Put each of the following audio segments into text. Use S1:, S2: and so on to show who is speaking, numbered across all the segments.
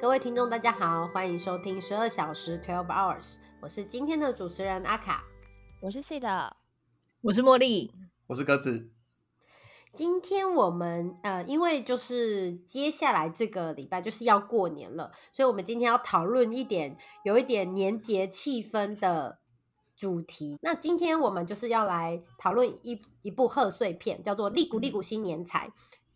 S1: 各位听众，大家好，欢迎收听十二小时 （Twelve Hours），我是今天的主持人阿卡。
S2: 我是 C 的，
S3: 我是茉莉，
S4: 我是鸽子，
S1: 今天我们呃，因为就是接下来这个礼拜就是要过年了，所以我们今天要讨论一点有一点年节气氛的主题。那今天我们就是要来讨论一一部贺岁片，叫做《利古利古新年财》。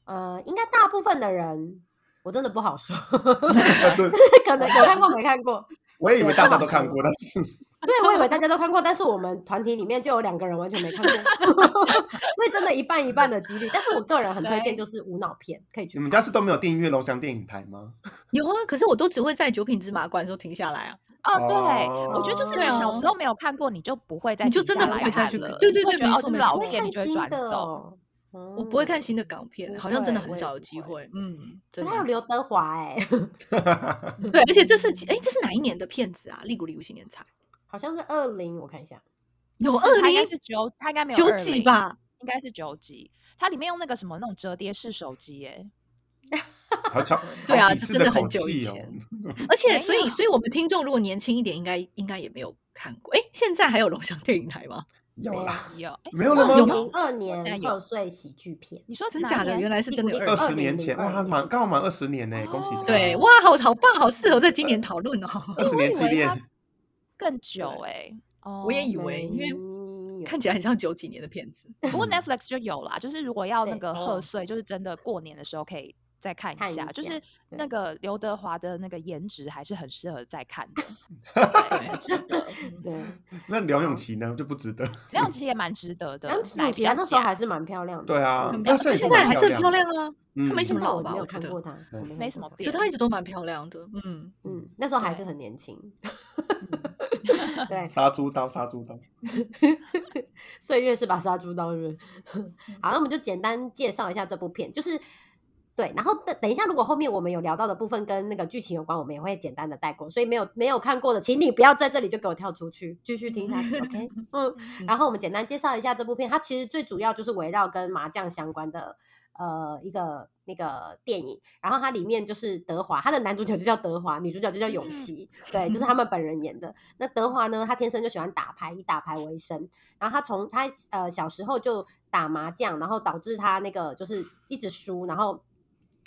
S1: 呃，应该大部分的人我真的不好说，
S4: 对
S1: 可能有看过没看过。
S4: 我也以为大家都看过，但是
S1: 对，我以为大家都看过，但是我们团体里面就有两个人完全没看过， 所以真的一半一半的几率。但是我个人很推荐，就是无脑片可以去
S4: 你们
S1: 看。
S4: 家是都没有订阅龙翔电影台吗？
S3: 有啊，可是我都只会在九品芝麻官的时候停下来啊，
S2: 哦，对，我觉得就是
S3: 哦
S2: 你小时候没有看过，你就不会再
S3: 你就
S2: 停
S3: 真
S2: 下
S3: 的不
S2: 来
S3: 会再
S2: 看
S3: 去
S2: 了
S3: 对
S2: 你
S3: 对
S2: 会
S3: 对
S2: 觉得
S3: 没
S2: 哦，
S3: 错
S2: 这是
S3: 没
S2: 老
S3: 错
S1: 会
S2: 片，
S1: 看
S2: 你就会
S1: 新
S2: 转
S1: 的
S2: 走。
S1: 哦，
S3: 我
S1: 我
S3: 不会看新的港片，
S1: 不
S3: 好像真的
S1: 会
S3: 很
S1: 我也
S3: 少有
S1: 不
S3: 机
S1: 会
S3: 会。嗯，真的
S1: 还有
S3: 很少
S1: 刘德华哎、
S3: 对，而且这是哎，这是哪一年的片子啊？利古利古新年财
S1: 好像是二零，我看一下，
S3: 有
S2: 不是
S3: 二
S2: 它应该
S3: 零
S2: 是九，它应该没有
S3: 九
S2: 20
S3: 几，吧？
S2: 应该是九几。它里面用那个什么那种折叠式手机，耶，
S4: 好巧，
S3: 对啊
S4: 好鄙
S3: 这
S4: 视
S3: 真的
S4: 口
S3: 很久以
S4: 气哦
S3: 前而且，
S2: 没
S3: 所以
S2: 有
S3: 所以我们听众如果年轻一点，应该应该也没有看过。哎，现在还有龙翔电影台吗？
S4: 有啦，
S2: 有哎
S4: 没有了吗
S3: 啊有
S1: 二
S3: 吗
S1: 零二
S2: 现在
S1: 年
S2: 有
S1: 贺岁喜剧片，
S2: 你说
S3: 真
S2: 哪
S3: 假的？
S2: 年
S3: 原来是真的有
S1: 利
S4: 二
S3: 二哦
S1: 古
S4: 十
S1: 20
S4: 年前，哇，他满刚好满二十年呢，恭喜他！
S3: 对，哇，好好棒，好适合在今年讨论哦。
S4: 二十年之
S2: 我以为
S4: 恋，
S2: 更久哎。哦，
S3: 我也以为，因为
S1: 为
S3: 看起来很像九几年的片子。
S2: 不过
S4: 嗯
S2: Netflix 就有啦，就是如果要那
S1: 对
S2: 个
S3: 哦
S2: 贺岁，就是真的过年的时候可以再看
S1: 看
S2: 一
S1: 一
S2: 下，就
S1: 下
S2: 是那
S1: 对
S2: 个刘德华的那个颜值还是很适合再看的。
S3: 对，
S2: 嗯
S1: 对，
S4: 那梁咏琪呢就不值得。
S2: 这样其实也蛮值得的
S1: 然后。
S2: 奶
S1: 陆
S2: 比
S1: 琪她啊
S2: 较
S1: 那时候
S2: 假
S1: 还是蛮漂亮的，
S4: 对啊
S1: 嗯
S4: 那
S3: 而
S4: 现在
S3: 且
S4: 也
S3: 现
S4: 是
S3: 在
S4: 蛮
S3: 还是很
S4: 漂
S3: 漂
S4: 亮
S3: 亮啊，
S4: 嗯，
S3: 他没什
S1: 现
S3: 么
S1: 在
S3: 老
S1: 我
S3: 吧
S1: 没有
S3: 我觉
S1: 看
S3: 得
S1: 过她，我
S4: 对
S1: 没
S2: 没
S1: 有
S2: 什
S1: 看
S2: 么
S1: 过
S3: 觉得他一直都蛮漂亮的。嗯，
S1: 嗯，那时候还是
S2: 对
S1: 很年 轻， 对，
S4: 杀猪刀，杀猪刀，
S1: 岁月是把杀猪刀，是不是？ 好，那我们就简单介绍一下这部片，就是对，然后等等一下，如果后面我们有聊到的部分跟那个剧情有关，我们也会简单的带过，所以没有没有看过的，请你不要在这里就给我跳出去，继续听下去，OK？嗯， 然后我们简单介绍一下这部片，它其实最主要就是围绕跟麻将相关的。呃，一个那个电影，然后它里面就是德华，他的男主角就叫德华，女主角就叫永琪，对，就是他们本人演的。那德华呢，他天生就喜欢打牌，以打牌为生，然后他从他呃小时候就打麻将，然后导致他那个就是一直输，然后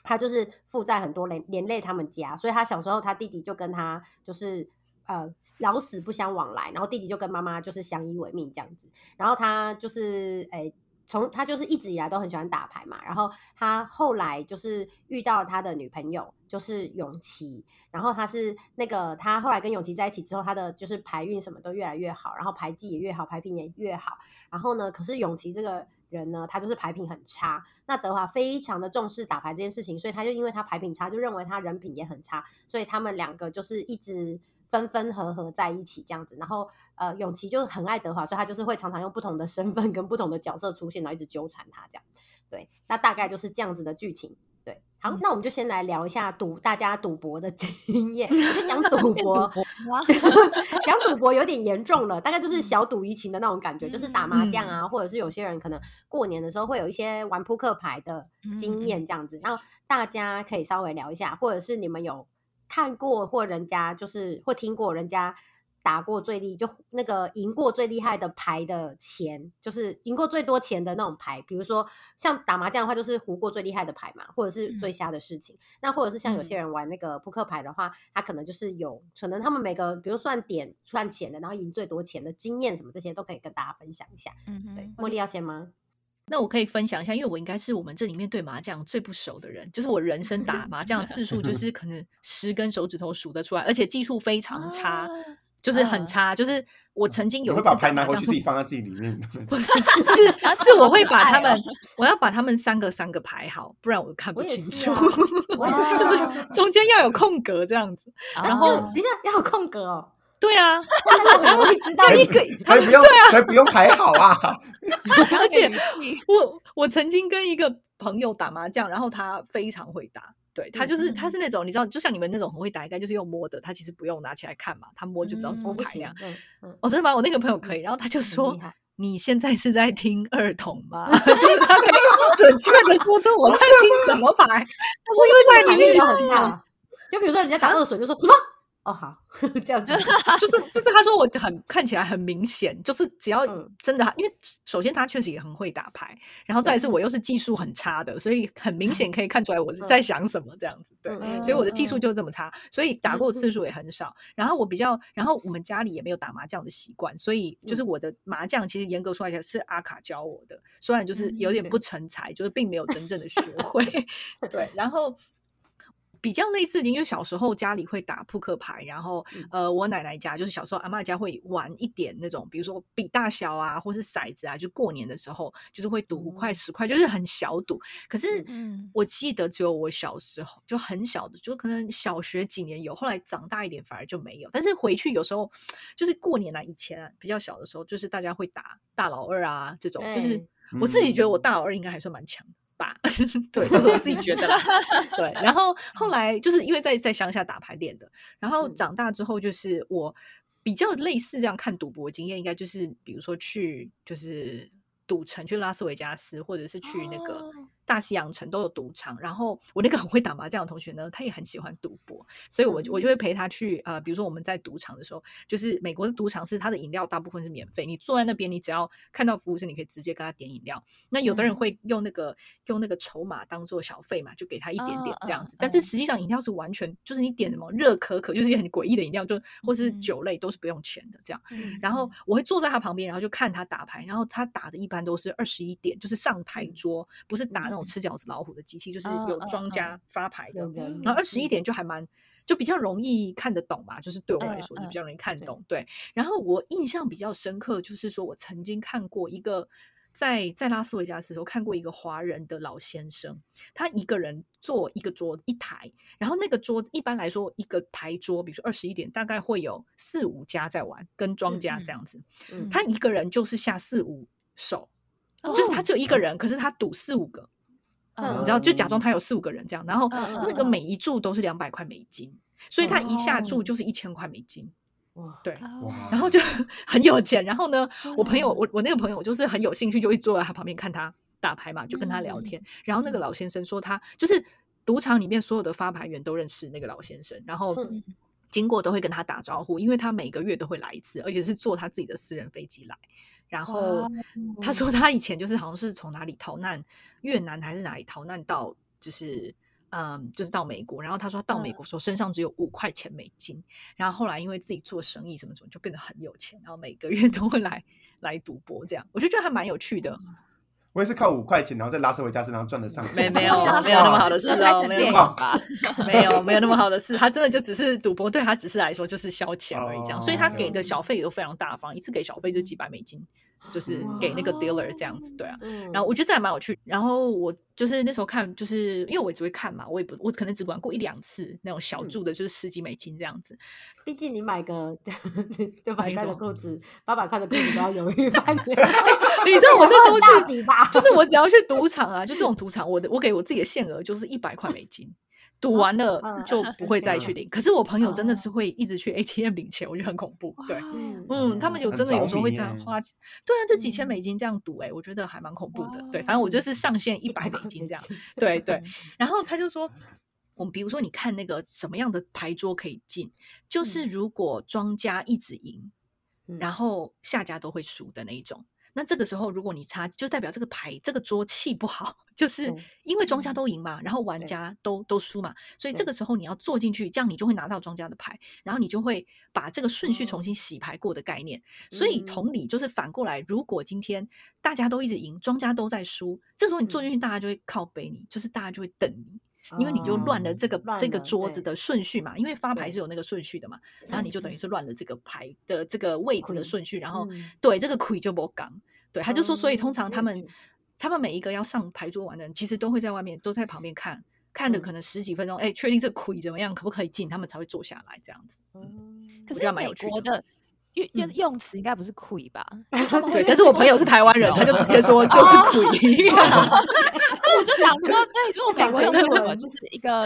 S1: 他就是负债很多，连连累他们家，所以他小时候他弟弟就跟他就是呃老死不相往来，然后弟弟就跟妈妈就是相依为命这样子，然后他就是诶。从他就是一直以来都很喜欢打牌嘛，然后他后来就是遇到他的女朋友，就是永琪，然后他是那个他后来跟永琪在一起之后，他的就是牌运什么都越来越好，然后牌技也越好，牌品也越好。然后呢，可是永琪这个人呢，他就是牌品很差。那德华非常的重视打牌这件事情，所以他就因为他牌品差，就认为他人品也很差，所以他们两个就是一直。分分合合在一起这样子，然后呃，永琪就很爱德华，所以他就是会常常用不同的身份跟不同的角色出现，然后一直纠缠他这样。对，那大概就是这样子的剧情。对，好，那我们就先来聊一下赌大家赌博的 经验。就讲赌博，
S2: 哇
S1: 讲赌博有点严重了，大概就是小赌怡情的那种感觉，就是打麻将啊，或者是有些人可能过年的时候会有一些玩扑克牌的经验这样子。然后大家可以稍微聊一下，或者是你们有看过或人家就是或听过人家。打过最厉就那个赢过最厉害的牌的钱，就是赢过最多钱的那种牌。比如说像打麻将的话，就是胡过最厉害的牌嘛，或者是最瞎的事情。那或者是像有些人玩那个扑克牌的话，他可能就是有可能他们每个，比如算点算钱的，然后赢最多钱的经验什么这些都可以跟大家分享一下。
S2: 嗯哼
S1: 对，茉莉要先 吗？
S3: 那我可以分享一下，因为我应该是我们这里面对麻将最不熟的人，就是我人生打麻将次
S4: 嗯
S3: 数就是可能十根手指头数得出来，而且技术非常差，就是很
S2: 嗯
S3: 差。就是我曾经
S4: 啊嗯你
S3: 有一
S4: 会
S3: 次
S4: 把
S3: 打
S4: 牌拿
S3: 麻
S4: 回
S3: 将
S4: 去自己放在自己里面。
S3: 不是是
S2: 然后
S3: 是我
S2: 好
S3: 会
S2: 可
S3: 把
S2: 爱
S3: 他
S2: 哦
S3: 们， 我要把他们三个三个排好，不然我看不
S1: 我也
S3: 清
S1: 是
S3: 楚，
S1: 啊我也
S3: 就是是 中间要有空格这样子。然后
S1: 等一下哦啊要有空格 哦，
S3: 对啊，
S1: 但是很容易知道
S4: 才
S1: 一
S4: 不
S1: 个。
S4: 才 不用，才不用排好啊！
S2: 而
S3: 且我我曾经跟一个朋友打麻将，然后他非常会打，对
S1: 嗯
S3: 他就是、他是那种你知道，就像你们那种很会打，应该就是用摸的，他其实不用拿起来看嘛，他摸就知道什
S1: 我
S3: 么
S1: 不
S3: 牌
S1: 行
S3: 量。，
S1: 嗯嗯，
S3: 哦，真的吗？我那个朋友可以，然后他就
S1: 很
S3: 说
S1: 厉害。
S3: 你现在是在听二筒 吗？就是他可 以准确的说出我在听什么牌。他说
S1: 因为
S3: 因为太
S1: 反
S3: 明
S1: 应
S3: 显
S1: 很
S3: 了，
S1: 大，就比如说人家打二水，就说什么哦好 这样子，
S3: 啊 就是就是他说我很看起来很明显，就是只要
S1: 嗯
S3: 真的他，因为首先他确实也很会打牌，然后再来是我又是技术很差的，所以很明显可以看出来我是在想什么这样子，对，
S1: 嗯
S3: 所以我的技术
S2: 嗯
S3: 就这么差，所以打过的次数也很少。然后我比较，然后我们家里也没有打麻将的习惯，所以
S2: 嗯
S3: 就是我的麻将其实严格说来讲是阿卡教我的，虽然就是
S2: 嗯
S3: 有点
S2: 对
S3: 不成才，就是并没有真正的学 会，对，然后。比较类似的，因为小时候家里会打扑克牌，然后
S1: 嗯
S3: 呃，我奶奶家就是小时候阿嬷家会玩一点那种，比如说比大小啊，或是骰子啊，就过年的时候就是会赌五
S2: 哦
S3: 块十块，就是很小赌。可是
S2: 嗯
S3: 我记得只有我小时候就很小的，就可能小学几年有，后来长大一点反而就没有。但是回去有时候就是过年啊，以前啊比较小的时候，就是大家会打大老二啊这种，就是
S1: 对
S3: 我自己觉得我
S4: 嗯
S3: 大老二应该还算蛮强的吧， 对，这是我自己觉得啦。对，然后后来就是因为在在乡下打牌练的，然后
S1: 嗯
S3: 长大之后就是我比较类似这样看赌博的经验，应该就是比如说去就是赌城，去拉斯维加斯，或者是去那个。
S2: 哦
S3: 大西洋城都有赌场，然后我那个很会打麻将的同学呢，他也很喜欢赌博，所以我就我就会陪他去呃，比如说我们在赌场的时候，就是美国的赌场是它的饮料大部分是免费，你坐在那边，你只要看到服务生，你可以直接跟他点饮料。那有的人
S2: 嗯
S3: 会用那个、用那个筹码当做小费嘛，就给他一点点
S2: 哦
S3: 这样
S2: 嗯
S3: 子，但是
S2: 嗯
S3: 实际上饮料是完全就是你点什么热可可，就是一些很诡异的饮料，就或是
S2: 嗯
S3: 酒类都是不用钱的这样。
S2: 嗯
S3: 然后
S2: 嗯
S3: 我会坐在他旁边，然后就看他打牌，然后他打的一般都是二十一点，就是上牌桌，不是打那种吃饺子老虎的机器，就是
S2: 嗯哦
S3: 有
S2: 哦
S3: 庄
S2: 哦
S3: 家发牌的。
S1: 有人
S3: 然
S2: 嗯
S3: 后二十一点就还蛮就比较容易看得懂嘛，就是对我来
S2: 嗯
S3: 说就
S2: 嗯
S3: 比较容易看
S1: 对
S3: 懂。对，然后我印象比较深刻，就是说我曾经看过一个。在在拉斯维加斯的时候看过一个华人的老先生，他一个人坐一个桌一台，然后那个桌子一般来说一个牌桌，比如说二十一点，大概会有四五家在玩，跟庄
S2: 嗯
S3: 家
S2: 嗯
S3: 这样子。
S1: 嗯
S3: 他一个人就是下四五手，就是他
S2: 哦
S3: 只有一个人，可是他赌四五个，
S2: 嗯
S3: 你知道，就假装他有四五个人这样，然后
S2: 嗯哦
S3: 那个每一注都是两百块美金，所以他一下注就是一千块美金，
S1: 嗯哇，
S3: 对，
S2: 嗯
S4: 哇
S3: 然后就 很有钱。然后呢，我朋友，
S2: 对
S3: 我我那个朋友就是很有兴趣，就会坐在他旁边看他打牌嘛，就跟他聊天。然后那个
S2: 嗯
S3: 老先生说他就是赌场里面所有的发牌员都认识那个老先生，然后
S1: 嗯
S3: 经过都会跟他打招呼，因为他每个月都会来一次，而且是坐他自己的私人飞机来。然后
S2: 哇
S3: 他说他以前就是好像是从哪里逃难，越南还是哪里逃难到就是。嗯，就是到美国，然后他说他到美
S2: 嗯
S3: 国的时候身上只有五块钱美金，然后后来因为自己做生意什么什么，就变得很有钱，然后每个月都会来来赌博这样，我就觉得还蛮有趣的。
S4: 我也是靠五块钱，然后在拉斯维加斯，然后赚了上千
S3: 没没有
S4: 哇
S3: 没有那么好的事
S2: 是拍
S3: 哦，
S2: 成
S3: 没
S2: 电
S3: 有那
S2: 影
S3: 么好
S2: 吧？
S3: 没有没有那么好的事，他真的就只是赌博，对他只是来说就是消遣而已这样，所以他给的小费也都非常大方，一次给小费就几百美金，就是给那个 dealer 这样子，对啊。
S1: 嗯
S3: 然后我觉得这还蛮有趣。然后我就是那时候看，就是因为我也只会看嘛，我也不，我可能只玩过一两次那种小
S1: 嗯
S3: 注的，就是十几美金这样子。
S1: 毕竟你买个九
S3: 买
S1: 百块
S3: 个什
S1: 的
S3: 么
S1: 裤子，八百块的裤子都要犹豫半年。
S3: 嗯 你知道我那时候
S1: 大
S3: 去，
S1: 笔吧？
S3: 就是我只要去赌场啊，就这种赌场，我的我给我自己的限额就是一百块美金。赌完了
S1: 嗯
S3: 就不会再去领，可是我朋友真的
S2: 哦
S3: 是会一直去 ATM 领钱，我觉得很恐怖。对，
S2: 嗯
S3: 嗯，他们有
S4: 很
S3: 真的有
S4: 着
S3: 时候会
S4: 迷
S3: 这样
S4: 耶
S3: 花钱，对啊，就几千
S2: 嗯
S3: 美金这样赌，哎，我觉得还蛮恐怖的。对，
S2: 哇
S3: 反正我就
S1: 嗯
S3: 是上限一百美金这样，对对。然后他就说，我们比如说你看那个什么样的牌桌可以进，就是
S1: 嗯
S3: 如果庄家一直赢，
S1: 嗯
S3: 然后下家都会输的那一种。那这个时候，如果你差，就代表这个牌这个桌气不好， 就是
S1: 对
S3: 因为庄家都赢嘛，然后玩
S1: 哦嗯对
S3: 家都都输嘛，所以这
S1: 对
S3: 个时候你要坐进去，这样你就会拿到庄家的牌，然后你就会把这个顺序重
S1: 哦
S3: 新洗牌过的概念。所以
S1: 嗯
S3: 同理，就是反过来，如果今天大家都一直赢，庄家都在输，这时候你
S1: 嗯
S3: 坐进去，大家就会靠背你，就是大家就会等你。因为你就
S1: 哦
S3: 乱了这个
S1: 乱
S3: 这个
S1: 了
S3: 桌子
S1: 对
S3: 的顺序嘛，因为发牌
S1: 对
S3: 是有那个顺序的嘛，
S1: 哦
S3: 然后你就等于
S2: 嗯
S3: 是乱了这个牌的这个位置的
S1: 亏
S3: 顺序，然后
S1: 嗯
S3: 对这个亏就不刚，对他就说，所以通
S1: 哦
S3: 常
S1: 很
S3: 他
S1: 有
S3: 们
S1: 趣
S3: 他们每一个要上牌桌玩的人，其实都会在外面都在旁边看。看了
S1: 嗯
S3: 可能十几分钟，哎、确定这亏怎么样，可不可以进，他们才会坐下来这样子。
S1: 嗯
S2: 可
S3: 我觉
S2: 是
S3: 得
S2: 美
S3: 蛮有趣
S2: 国
S3: 的
S2: 的用用
S3: 嗯
S2: 用词应该不是亏吧？
S3: 对，但是我朋 友是台湾人，他就直接说就是 亏。
S2: 我就想说，对，如果
S1: 想
S2: 美国
S1: 学
S2: 用为
S1: 日
S2: 什么
S1: 文
S2: 就是一个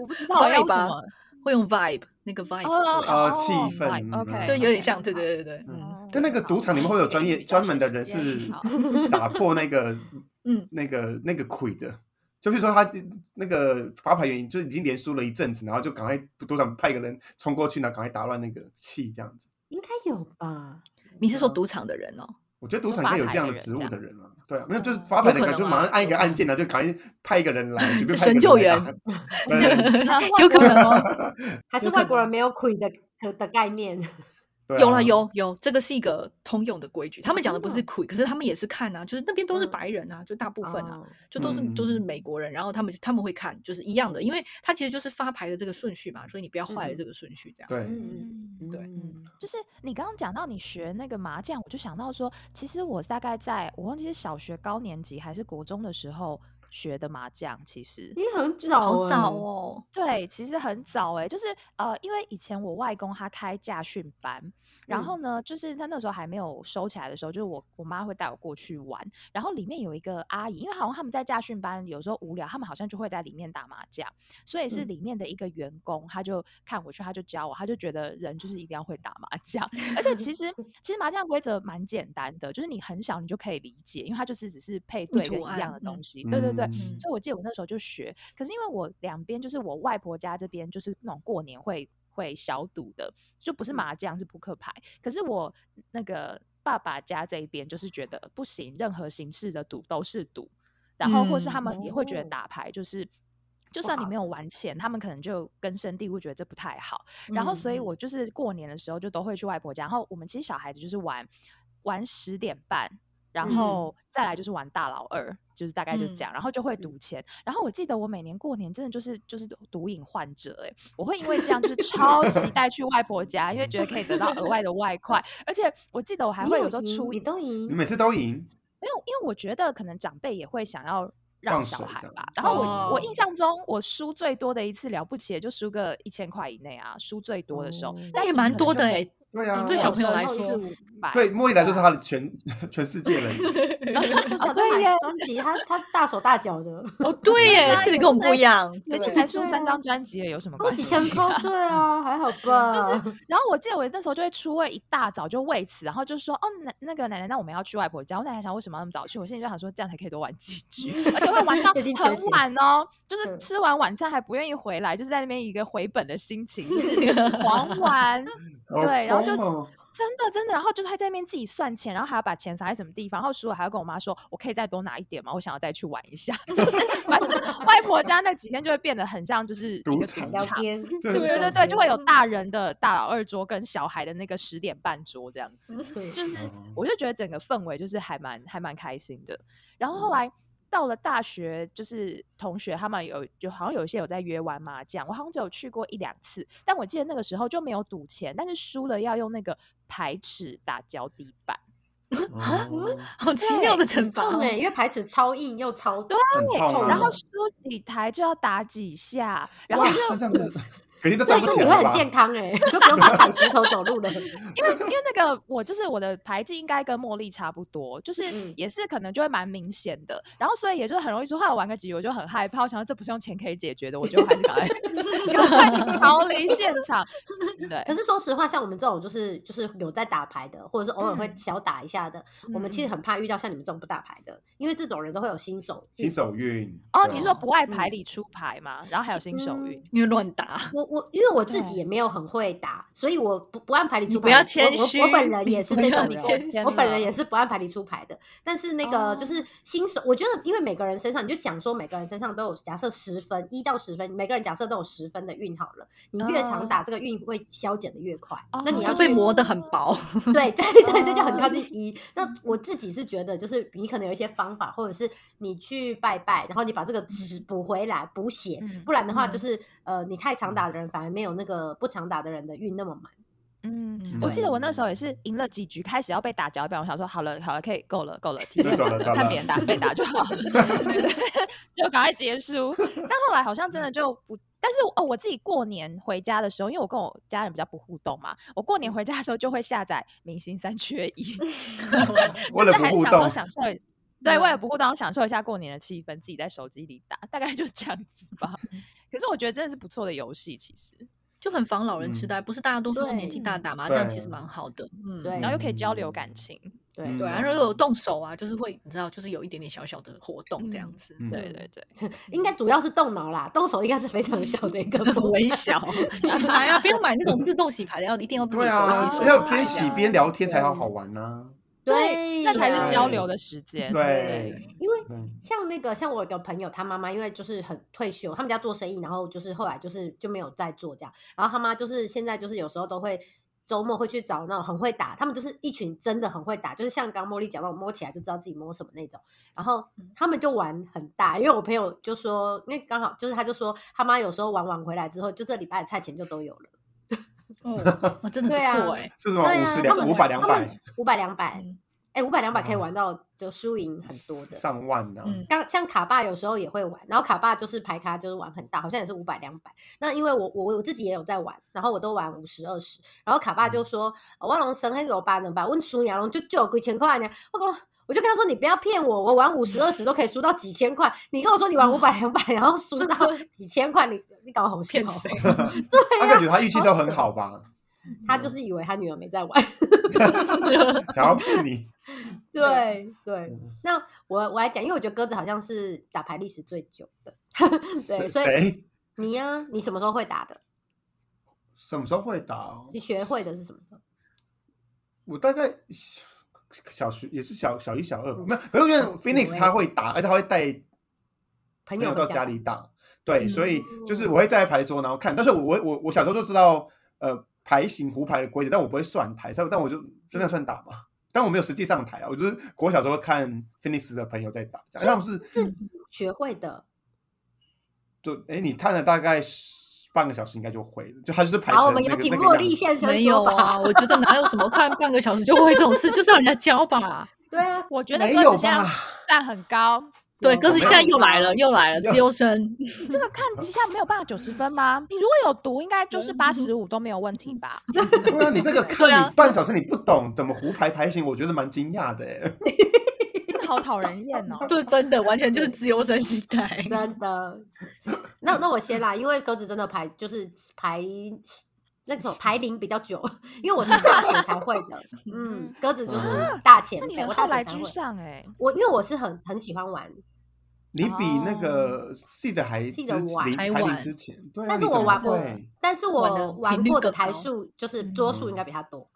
S2: 我不知道要用
S3: vibe
S2: 什
S3: 吧
S2: 么
S3: 会用 vibe 那个 vibe，、对
S4: 啊气氛
S2: OK，
S4: 嗯
S3: 对，有点像，对对对对，嗯。
S2: 哦。
S4: 在那个赌场，你们会 有专业专门的人
S2: 时间
S4: 是
S2: 好
S4: 打破那个
S3: 嗯
S4: 那个那个鬼的，就比如说他那个发牌员就已经连输了一阵子，然后就赶快多长派一个人冲过去，然后赶快打乱那个气这样子。
S1: 应该有吧？
S3: 你是说赌场的人哦？
S4: 我觉得赌
S2: 就
S4: 场应
S2: 发
S4: 该有
S2: 牌
S4: 这样
S2: 的
S4: 的
S2: 人
S4: 职务
S2: 这
S4: 的
S2: 样
S4: 人啊，对啊，没有就是
S2: 哦
S4: 发牌
S3: 有
S4: 的
S3: 可
S4: 感觉，就
S3: 能
S4: 马上
S3: 啊
S4: 按一个按键，然后就赶快派一个人来，随便
S3: 就
S4: 派一
S3: 神
S4: 个
S3: 救
S4: 人来
S3: 援
S4: 打。对对
S2: 然后外
S3: 有可
S2: 国人
S3: 能哦
S2: 哦
S1: 还是
S3: 有
S1: 外
S3: 可
S1: 国人
S3: 能
S1: 没有哦 queen 的的的概念？
S4: 对
S3: 有
S4: 啊
S3: 啦，有有，这个是一个通用的规矩。他们讲的
S1: 真
S3: 不
S1: 的
S3: 是苦，可是他们也是看啊，就是那边都是
S1: 嗯
S3: 白人啊，就大部分啊，
S1: 哦
S3: 就都是都
S4: 嗯
S3: 是美国人，然后他们就他们会看，就是一样的，因为他其实就是发牌的这个顺序嘛，所以你不要坏了
S1: 嗯
S3: 这个顺序，这样。
S4: 对，
S2: 嗯
S3: 对
S1: 嗯
S2: 就是你刚刚讲到你学那个麻将，我就想到说，其实我大概在我忘记是小学高年级还是国中的时候学的麻将，其实
S1: 因为很早、
S3: 好早，哦，
S2: 对，其实很早哎、就是呃，因为以前我外公他开驾训班，然
S3: 嗯
S2: 后呢，就是他那时候还没有收起来的时候，就是我我妈会带我过去玩，然后里面有一个阿姨，因为好像他们在驾训班有时候无聊，他们好像就会在里面打麻将，所以是
S3: 嗯
S2: 里面的一个员工，他就看我去，他就教我，他就觉得人就是一定要会打麻将，而且其 实其实麻将规则蛮简单的，就是你很小你就可以理解，因为它就是只是配对跟
S3: 图
S2: 一样
S3: 案
S2: 的
S3: 嗯
S2: 东西，对对对，
S4: 嗯
S2: 所以我记得我那时候就学，可是因为我两边就是我外婆家这边就是那种过年会会小赌的，就不是麻将是扑克牌，可是我那个爸爸家这一边就是觉得不行，任何形式的赌都是赌，然后或是他
S3: 嗯
S2: 们也会觉得
S1: 哦
S2: 打牌就是。就
S1: 不
S2: 算你
S1: 好
S2: 没有玩钱，他们可能就根深蒂固觉得这不太好。然后，所以
S3: 嗯
S2: 我就是过年的时候就都会去外婆家。然后我们其实小孩子就是玩玩十点半，然
S1: 嗯
S2: 后再来就是玩大老二，就是大概就
S3: 嗯
S2: 这样。然后就会赌钱。然后我记得我每年过年真的就是就是毒瘾患者哎、我会因为这样就是超期待去外婆家，因为觉得可以得到额外的外快。而且我记得我还
S1: 你
S2: 会有时候
S1: 赢
S2: 出
S1: 你都赢
S4: 你，每次都赢，
S2: 没有，因为我觉得可能长辈也会想要
S4: 放
S2: 让小
S4: 水
S2: 孩
S4: 这样
S2: 吧。然后我、我
S3: 哦
S2: 印象中，我输最多的一次了不起也就输个一千块以内啊，输最多的时候，
S1: 哦
S2: 但
S3: 那也
S2: 赢可
S3: 蛮
S2: 能
S3: 多
S2: 就
S3: 的
S2: 会
S3: 哎，
S4: 对啊，
S3: 对小朋友来
S1: 然后
S3: 说
S1: 是五
S2: 百
S4: 对茉莉来说是他的全全世界人，
S1: 他
S2: 哦
S1: 小时
S2: 对
S1: 候
S2: 耶
S1: 买专辑，他他是大手大脚的，
S3: 哦，对耶，
S2: 啊
S3: 是不
S2: 也
S3: 是跟我
S2: 是
S3: 们不一样？
S2: 而且
S3: 对
S2: 才出三
S1: 对啊
S2: 张专辑了，有什么
S1: 好
S2: 关
S1: 几
S2: 系
S1: 千
S2: 啊、
S1: 块，对啊，还好吧？
S2: 就是，然后我记得我那时候就会出位，一大早就为此，然后就说，哦，那那个奶奶，那我们要去外婆家。我奶奶想为什么要那么早去？我心里就想说，这样才可以多玩几 局，而且会玩到
S1: 最近缺
S2: 很
S1: 钱
S2: 晚哦，就是
S1: 嗯
S2: 吃完晚餐还不愿意回来，就是在那边一个回本的心情，就是 狂玩，
S4: 好
S2: 对然后就
S4: 疯哦
S2: 真的真的，然后就是还在那边自己算钱，然后还要把钱撒在什么地方，然后输了还要跟我妈说，我可以再多拿一点吗？我想要再去玩一下。 就是反正外婆家那几天就会变得很像就是一个
S4: 赌
S2: 赌
S4: 场
S2: 场，
S1: 聊天，
S4: 对
S2: 对 对
S4: 聊
S2: 对对，就会
S4: 嗯
S2: 有大人的大佬二桌跟小孩的那个十点半桌这样子，
S1: 对
S2: 就是
S4: 哦
S2: 我就觉得整个氛围就是还蛮还蛮开心的。然
S4: 嗯
S2: 后后来到了大学，就是同学他们有就好像有一些有在约玩麻将，我好像只有去过一两次，但我记得那个时候就没有赌钱，但是输了要用那个排尺打脚底板。
S4: 哦
S3: 好奇妙的惩罚
S1: 棒
S3: 哦，
S1: 哎，因为牌子超硬又超对，
S4: 很痛啊，
S2: 然后输几台就要打几下，然后
S4: 哇，
S2: 就
S4: 那这样子肯定都
S1: 所
S4: 站
S1: 以
S4: 不
S1: 说
S4: 起
S1: 你
S4: 来
S1: 会
S4: 了
S1: 很
S4: 吧？
S1: 健康哎， 都不用怕踩石头走路了。
S2: 因为因为那个我就是我的牌技应该跟茉莉差不多，就是
S1: 嗯
S2: 也是可能就会蛮明显的，然后所以也就很容易说，后来玩个几局我就很害怕，我想到这不是用钱可以解决的，我就还是赶快赶快逃离现场。对，
S1: 可是说实话，像我们这种就是就是有在打牌的，或者是偶尔会
S2: 嗯
S1: 小打一下的，我们其实
S2: 嗯
S1: 很怕遇到像你们这种不打牌的，因为这种人都会有新手运
S4: 新手运
S2: 哦，
S4: 对
S2: 你
S4: 啊
S2: 说不爱
S1: 嗯
S2: 牌理出牌嘛，然后还有新手运，
S3: 因为乱打，
S1: 我我因为我自己
S2: 对
S1: 也没有很会打，所以我不不按牌理
S3: 你
S1: 出牌。
S3: 不要
S1: 我
S3: 谦
S1: 我
S3: 虚
S1: 我本人也是
S3: 不
S1: 这
S3: 要
S1: 种
S3: 你
S1: 人
S3: 谦哦
S2: 虚，
S1: 我本
S2: 了
S1: 人也是不按牌理出牌的。但是那个就是新手，我觉得因为每个人身上，你就想说每个人身上都有假设十分一到十分，每个人假设都有十分的运好了，你越
S2: 哦
S1: 常打，这个运会消减的越快。那
S2: 哦
S1: 你
S3: 嗯就
S1: 要
S3: 被
S1: 去
S3: 磨得很薄。
S1: 对对对对，就很
S2: 哦
S1: 靠近一。那我自己是觉得，就是你可能有一些方法，或者是你去拜拜，然后你把这个纸补回来补血，
S2: 嗯
S1: 不然的话
S3: 嗯
S1: 就是呃，你太常打的人反而没有那个不常打的人的运那么满。
S2: 嗯
S3: 嗯，
S2: 我记得我那时候也是赢了几局，开始要被打脚板，我想说好了好了，可以够了够了，体
S4: 那
S2: 力
S4: 走
S2: 到
S4: 了
S2: 了
S4: 走
S2: 看
S4: 了
S2: 别人打被打就好 了， 对对对就赶快结束。但后来好像真的就不，但是哦，我自己过年回家的时候，因为我跟我家人比较不互动嘛，我过年回家的时候就会下载《明星三缺 一》，就
S4: 为了
S2: 是
S4: 不
S2: 很
S4: 互
S2: 享受
S4: 动，嗯
S2: 享受。对，为了不互动，享受一下过年的气氛，自己在手机里打，大概就这样子 吧。可是我觉得真的是不错的游戏，其实，
S3: 就很防老人痴
S4: 嗯
S3: 呆，不是大家都说年纪大
S1: 对
S3: 打麻将其实
S4: 对
S3: 蛮好的，嗯，
S1: 对
S2: 然后又可以交流
S4: 嗯
S2: 感情。
S1: 对
S4: 嗯
S3: 对啊，然后有动手啊，就是会你知道，就是有一点点小小的活动这样
S2: 嗯
S3: 子，
S2: 对
S4: 嗯，
S2: 对对，
S1: 应该主要是动脑啦，动手应该是非常小的一 个部
S3: 很
S1: 分
S3: 微小。 洗牌啊，不要买那种自动洗牌的，要一定要自己
S4: 对
S3: 手
S4: 啊
S3: 洗手，
S1: 手
S4: 要
S1: 牌
S4: 边洗边聊天才好
S1: 对
S4: 好玩呐。
S1: 对，
S2: 那才是交流
S4: 对
S2: 的时间。
S4: 对，
S1: 因为
S4: 对
S1: 像那个，像我有个朋友，他妈妈因为就是很退休，他们家做生意，然后就是后来就是就没有再做这样。然后他妈就是现在就是有时候都会周末会去找那种很会打，他们就是一群真的很会打，就是像刚茉莉讲那种摸起来就知道自己摸什么那种。然后他们就玩很大，因为我朋友就说，因为刚好就是他就说他妈有时候玩完回来之后，就这礼拜的菜钱就都有了。
S3: 哦，哇真的不
S1: 对啊
S3: 错哎，
S4: 是什
S1: 对
S4: 么五
S1: 啊，
S4: 十
S1: 他
S4: 两
S1: 们
S4: 五百
S1: 他
S4: 两
S1: 们
S4: 百
S1: 五百两百
S3: 嗯，
S1: 哎，五百两百可以
S4: 哇
S1: 玩到就输赢很多的。
S4: 上万呐。
S3: 嗯
S1: 刚像卡爸有时候也会玩，然后卡爸就是牌卡就是玩很大，好像也是五百两百。那因为我我我自己也有在玩，然后我都玩五十二十，然后卡爸就说、哦我龙神黑有八能吧，问输牙龙就就有几千块呢，我跟我就跟他说：“你不要骗我，我玩五十二十都可以输到几千块。你跟我说你玩五百两百，然后输到几千块，你你搞好笑
S3: 骗
S1: 哦。
S3: 谁？
S4: 他感觉他运气都很好吧？
S1: 他就是以为他女儿没在玩。
S4: 想要骗你，
S1: 对对
S4: 嗯，
S1: 那我我来讲，因为我觉得鸽子好像是打牌历史最久的。对，
S4: 谁
S1: 所以
S4: 谁
S1: 你呀、你什么时候会打的？
S4: 什么时候会打哦？
S1: 你学会的是什么时候？
S4: 我大概小小学也是小小一、小二吧，没有。可是因为 Phoenix 他会打，而且他会带
S1: 朋
S4: 没
S1: 友
S4: 有
S1: 的
S4: 到家里打，对，所以就是
S1: 嗯
S4: 我会站在牌桌然后看，但是我我我我小时候就知道呃牌型胡牌的规则，但我不会算台，但但我就就那算打嘛，但我没有实际上台啊，我就是我小时候看 Phoenix 的朋友在打，这样因为他们是
S1: 自己学会的。
S4: 就哎你看了大概十半个小时应该就会了，就他就是牌
S1: 好，我
S4: 成
S1: 们
S4: 那
S1: 有
S4: 个
S1: 请
S4: 那
S1: 茉
S4: 个
S1: 莉
S4: 样子，
S1: 现身
S3: 没
S1: 说
S3: 有
S1: 法。
S3: 啊，我觉得哪有什么看半个小时就会这种事，就是让人家教吧。
S1: 对啊，
S2: 我觉得
S4: 没
S2: 鸽
S4: 有
S2: 子现在
S4: 吧
S2: 站很高，
S3: 对，鸽子
S4: 没有
S3: 现在又来了，又来了，
S4: 有
S3: 自由生。
S2: 这个看一下没有办法九十分吗？你如果有读，应该就是八十五都没有问题吧？
S4: 对啊，你 这个看
S3: 对啊
S4: 你半小时你不懂怎么胡牌牌型，我觉得蛮惊讶的哎。
S2: 真的好讨人厌哦。
S3: 对，真的完全就是自由生心 态。
S1: 真的。那那我先啦，因为鸽子真的排就是排那种排龄比较久，因为我是大学才会的。嗯，鸽子就是
S4: 嗯
S1: 大前
S2: 那你
S1: 辈，
S2: 很
S1: 我
S2: 后
S1: 大
S2: 来
S1: 学才
S2: 居
S1: 会。
S2: 上哎，
S1: 我因为我是很很喜欢玩，
S4: 你比那
S2: 哦
S4: 个 C 的还之
S1: 细的晚
S4: 零
S3: 还
S4: 还零
S3: 晚
S4: 之前，对啊，
S1: 但是
S4: 你
S1: 我
S4: 怎么
S1: 玩过
S4: 会，
S1: 但是
S3: 玩的
S1: 我玩
S3: 频率
S1: 过的
S3: 更
S1: 台
S3: 高
S1: 数就是桌数应该比他多。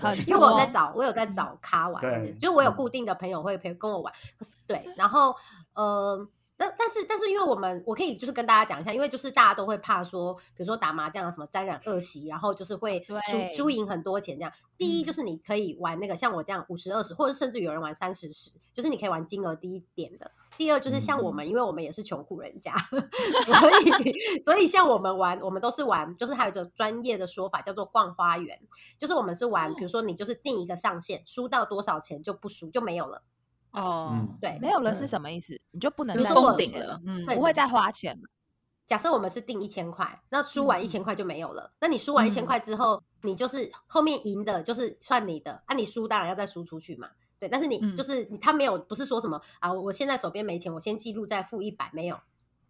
S2: 很
S1: 因为我有在
S2: 多
S1: 找，我有在找咖玩这件事，
S4: 对
S1: 就是我有
S4: 嗯
S1: 固定的朋友会陪跟我玩，可是对，然后呃，但但是但是因为我们我可以就是跟大家讲一下，因为就是大家都会怕说，比如说打麻将啊什么沾染恶习，然后就是会
S2: 对
S1: 输输赢很多钱这样。第
S2: 嗯
S1: 一就是你可以玩那个像我这样五十二十，或者甚至有人玩三十十，就是你可以玩金额低一点的。第二就是像我
S2: 嗯
S1: 们，因为我们也是穷苦人家， 所以 所以像我们玩，我们都是玩，就是还有一个专业的说法叫做逛花园，就是我们是玩，
S2: 哦
S1: 比如说你就是定一个上限，输到多少钱就不输就没有了，
S3: 哦
S4: 嗯，
S1: 对
S2: 没有了是什么意思？你就不能
S1: 比
S3: 就
S1: 如
S2: 再
S1: 说
S3: 封
S1: 我
S2: 花
S3: 顶
S2: 钱
S3: 了
S2: 了，，
S3: 嗯，
S1: 对
S2: 不会再花钱了。
S1: 假设我们是定一千块，那输完一千块就没有了。那你输完一千
S3: 嗯
S1: 块之后，你就是后面赢的，就是算你的。啊，你输当然要再输出去嘛。对，但是你
S3: 嗯
S1: 就是你，他没有不是说什么啊，我现在手边没钱，我先记录再付一百，没有，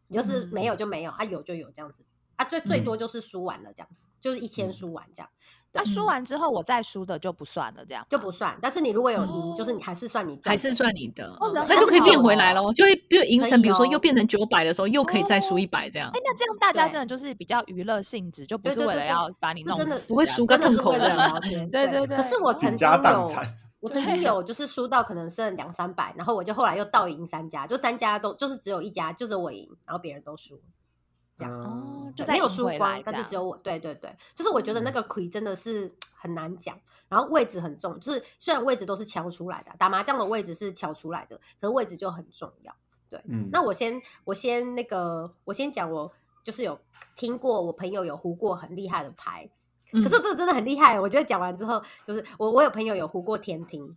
S1: 你就是
S3: 嗯
S1: 没有就没有，啊有就有这样子，啊最最多就是输完了这样子，就是一千输完这样
S2: 那输
S3: 嗯
S2: 完之后我再输的就不算了，这样
S1: 就不算。但是你如果有赢，
S3: 哦
S1: 就是你还是算你赚的
S3: 还是算你的，
S2: 哦
S1: 嗯
S3: 那就可以变回来。
S1: 但是
S3: 了，就会变赢
S1: 可
S3: 成，
S1: 以
S3: 比如说
S1: 哦
S3: 又变成九百的时候，又可以再输一百这样
S2: 哎、，那这样大家
S1: 对
S2: 真的就是比较娱乐性质，就不
S1: 对
S2: 是
S1: 对
S2: 为
S1: 对
S2: 了
S1: 对
S2: 要把你
S1: 就
S2: 弄
S1: 真的
S2: 死
S1: 不
S3: 不会
S2: 这样
S3: 输
S1: 真
S3: 个
S1: 的
S3: 痛
S1: 是
S3: 口
S1: 为了
S3: 的。
S1: 聊 天，
S2: 对对对
S1: 可是我
S4: 倾
S1: 曾经
S4: 家荡
S1: 有，
S4: 产，
S1: 我曾经
S2: 对
S1: 有就是输到可能剩两三百，然后我就后来又倒赢三家，就三家都就是只有一家，就是我赢，然后别人都输，这样
S2: 哦
S4: 嗯
S2: 就
S1: 对
S2: 再
S1: 没有
S2: 赢
S1: 输
S2: 回
S1: 光
S2: 来，
S1: 但
S2: 这
S1: 是
S2: 样嗯
S1: 只有我，对对对，就是我觉得那个亏真的是很难讲，然后位置很重，就是虽然位置都是敲出来的，啊打麻将的位置是敲出来的，可是位置就很重要。
S4: 嗯，
S1: 那我先我先那个我先讲我。就是有听过我朋友有胡过很厉害的牌，
S3: 可
S2: 嗯
S1: 可是这个真的很厉害。我觉得讲完之后，就是我我有朋友有胡过天庭，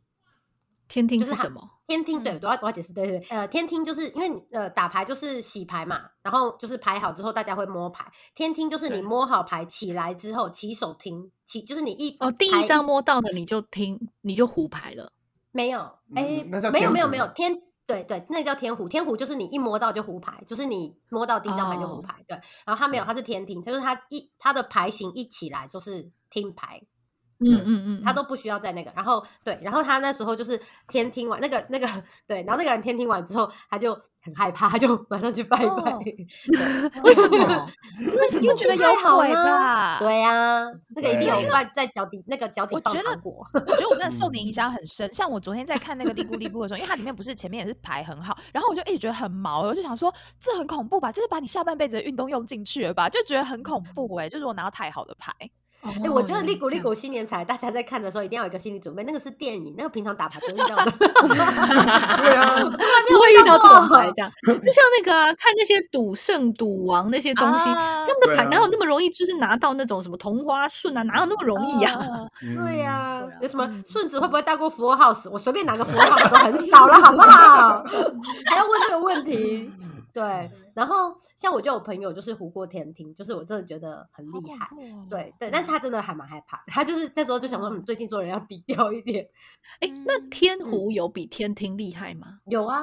S3: 天听
S1: 就是是它
S3: 什么？
S1: 天听对
S2: 嗯，
S1: 我要我要解释，对对，对呃，天听就是因为你呃打牌就是洗牌嘛，然后就是牌好之后大家会摸牌，天听就是你
S3: 对
S1: 摸好牌起来之后起手听，起就是你一
S3: 哦，第
S1: 牌
S3: 一张摸到的你就听，你就胡牌了。
S1: 没有，哎、
S4: 嗯那叫
S1: 没有
S4: 天
S1: 没有
S4: 胡
S1: 没有天，对对，那叫天胡，天胡就是你一摸到就胡牌，就是你摸到第一张牌就胡
S3: 哦
S1: 牌，对，然后他没有，他是天听，他就是他一他的牌型一起来就是听牌，
S3: 嗯嗯 嗯，
S1: 他都不需要在那个。然后对，然后他那时候就是天听完那个那个对，然后那个人天听完之后，他就很害怕，他就马上去拜拜。
S2: 哦
S3: 为什么？
S1: 为什
S2: 因为觉 得有鬼
S1: 吧？
S2: 吧？
S1: 对呀、那个一定
S4: 对
S1: 有怪在脚底那个脚底
S2: 我
S1: 放
S2: 觉得
S1: 糖果。
S2: 我觉得我真的受你
S4: 嗯
S2: 影响很深。像我昨天在看那个《嘀咕嘀咕》的时候，因为它里面不是前面也是排很好，然后我就一直觉得很毛，欸我就想说这很恐怖吧，这是把你下半辈子的运动用进去了吧，就觉得很恐
S1: 嗯
S2: 怖哎、就是我拿到太好的牌，
S3: 哎
S1: 哎、我
S2: 哦
S1: 觉得利
S3: 古
S1: 古利
S3: 利古
S1: 古新年彩，大家在看的时候一定要有一个心理准备，那个是电影，那个平常打牌不会遇到的。
S4: 对啊，
S3: 不会遇到这种牌
S1: 过，
S3: 这样就像那个啊，看那些赌圣、赌王那些东西，
S2: 啊
S3: 他们的
S4: 对
S3: 牌
S4: 啊
S3: 哪有那么容易，就是拿到那种什么同花顺啊，哪有那么容易
S1: 嗯
S3: 呀？
S2: 啊
S4: 嗯
S1: 对呀、有什么
S2: 嗯
S1: 顺子会不会大过福尔 house？我随 便拿个福尔 house 都很少了，好不好？ 嗯还要问这个问题？对，然后像我就有朋友就是胡过天庭，就是我真的觉得很厉害。
S2: 哦
S1: 对对，但是他真的还蛮害怕的， 他就是那时候就想说，嗯，最近做人要低调一点。
S3: 哎，那
S1: 嗯
S3: 天胡有比天庭厉害吗？
S1: 有啊，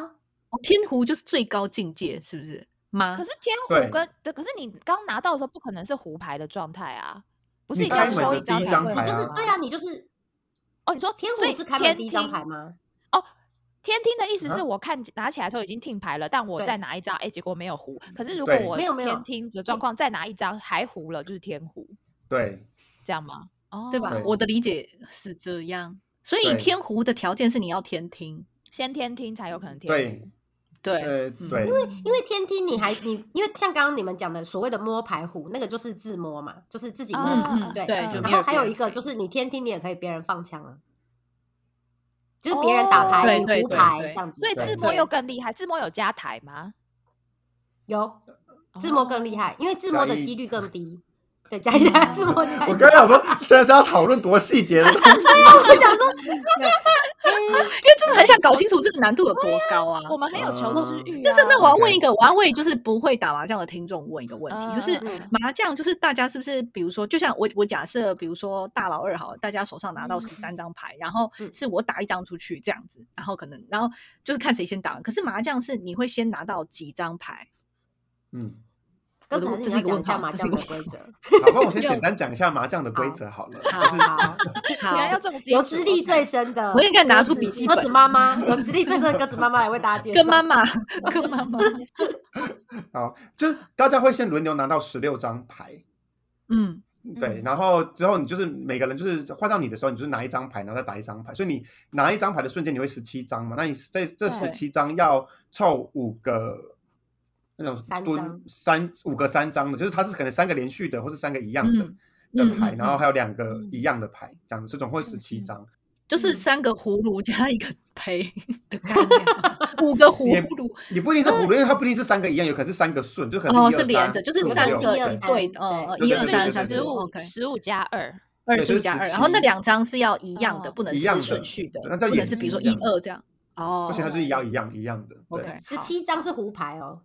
S3: 哦天胡就是最高境界，是不是？吗
S2: 可？是天
S4: 对
S2: 胡跟对，可是你刚拿到的时候不可能是胡牌的状态啊，不是
S4: 你
S2: 一定要
S1: 开门
S2: 抽
S1: 的
S2: 一张
S1: 第一
S2: 才
S4: 张
S2: 会
S1: 你
S4: 牌
S2: 拿
S1: 就
S4: 啊
S1: 是
S2: 到
S1: 对啊，你就是
S2: 哦，你说
S1: 天
S2: 所以
S1: 虎是开门第一张
S2: 天
S1: 牌
S2: 厅
S1: 吗？
S2: 哦，天听的意思是
S4: 啊
S2: 我看拿起来的时候已经听牌了，但我
S1: 对
S2: 再拿一张，哎，结果没有胡。可是如果
S4: 对
S2: 我
S1: 没有没有嗯
S2: 天听的状况再拿一张还胡了，就是天胡，
S4: 对，
S2: 这样吗？哦，
S3: 对吧
S4: 对？
S3: 我的理解是这样，所以
S4: 对
S3: 天胡的条件是你要天庭，
S2: 先天听才有可能天
S4: 嗯对
S2: 胡。
S3: 对，
S4: 呃，
S3: 嗯
S4: 对，
S1: 因为天梯你还你，因为像刚刚你们讲的所谓的摸牌虎，那个就是自摸嘛，就是自己摸
S2: 嗯
S1: 嘛。
S2: 嗯
S1: 啊对
S3: 对就
S1: 然
S3: 没
S1: 后
S3: 有
S1: 还
S3: 别
S1: 有
S3: 人
S1: 一个就是你天梯你也可以别人放枪啊，就是别人打牌、
S3: 哦对
S1: 你
S3: 对
S1: 胡
S3: 对
S1: 牌
S3: 对
S1: 这样子。
S2: 所以
S4: 对
S2: 自摸
S1: 对
S2: 又更厉害，自摸有加台吗？哦
S1: 有自摸更厉
S3: 哦
S2: 害，
S1: 害，因为自
S4: 加
S1: 摸的
S4: 一
S1: 几率更 低。对，加一
S3: 嗯
S1: 加自摸加一。
S4: 我刚才想说，现在是要讨论多细节的东西，
S1: 我想 说，
S3: 因为就是很想搞清楚这个难度有多高啊。
S2: 我们很有求知
S4: 嗯
S2: 欲啊。
S3: 但是那我要问
S4: OK
S3: 一个，我要为就是不会打麻将的听众问一个问题，就是
S2: 嗯嗯嗯
S3: 麻将就是大家是不是，比如说，就像我我假设，比如说大老二好了，大家手上拿到
S2: 嗯
S3: 十三张牌，然后
S1: 嗯
S3: 是我打一张出去这样子，然后可能然后就是看谁先打完。可是麻将是你会先拿到几张牌？
S4: 嗯，
S1: 刚
S3: 我的
S1: 才
S3: 这
S1: 你
S3: 是
S1: 要
S3: 一个
S1: 讲
S3: 问
S1: 一下
S3: 号
S1: 麻
S3: 这
S1: 将
S3: 是一
S1: 的
S3: 个
S1: 规则。
S4: 好，那我先简单讲一下麻将的规则好了，
S1: 好
S4: 就是
S1: 好，
S3: 好
S2: 原来要这么基础
S1: 有资历 最深的，
S3: 我也可以拿出笔记
S1: 鸽
S3: 本
S1: 子妈妈，有资历最深的鸽子妈妈来为大家介绍。
S3: 跟妈妈 跟妈妈，
S4: 好，就是大家会先轮流拿到十六张牌，
S3: 嗯，
S4: 对，
S2: 嗯
S4: 然后之后你就是每个人就是换到你的时候，你就是拿一张牌，然后再打一张牌，所以你拿一张牌的瞬间你会十七张嘛，那你这这十
S2: 对
S4: 七张要凑五个。那种
S1: 三
S4: 蹲
S1: 张
S4: 三五个三张的，就是它是可能三个连续的，或是三个一样的、
S3: 嗯
S4: 的
S3: 嗯
S4: 牌，
S3: 嗯
S4: 然后还有两个
S2: 嗯
S4: 一样的牌，这样子，所以总共会十七张。
S3: 就是
S2: 嗯
S3: 三个葫芦加一个 胚的概念 啊，五个葫
S4: 也
S3: 芦
S4: 你不一定是葫芦，因为它不一定是三个一样，有可能是三个顺，就可能
S3: 嗯哦
S4: 一
S3: 是
S4: 二
S3: 连
S4: 三
S3: 着，就是
S4: 四五
S3: 三
S4: 六
S3: 个
S1: 一二
S4: 对
S1: 三
S3: 对，哦，
S4: 对
S3: 一
S4: 对
S3: 二
S4: 对对
S3: 三三
S4: 对
S3: 四
S2: 十
S4: 对
S3: 五
S2: 五
S3: ，OK，
S2: 十五加二，
S3: 二
S4: 对
S3: 十
S4: 就
S3: 五
S4: 是
S3: 加二，
S4: 17
S3: 然后那两张是要一样的，
S2: 嗯
S3: 不能
S4: 一
S3: 是
S4: 样
S3: 顺
S4: 的
S3: 序的，
S4: 对那叫
S3: 不能
S4: 眼
S3: 是比如说
S4: 睛
S3: 一
S4: 一样
S3: 二这样。哦，
S4: 而且它就是要一样一样的。对
S3: OK，
S1: 十
S3: 好
S1: 七张是胡牌哦，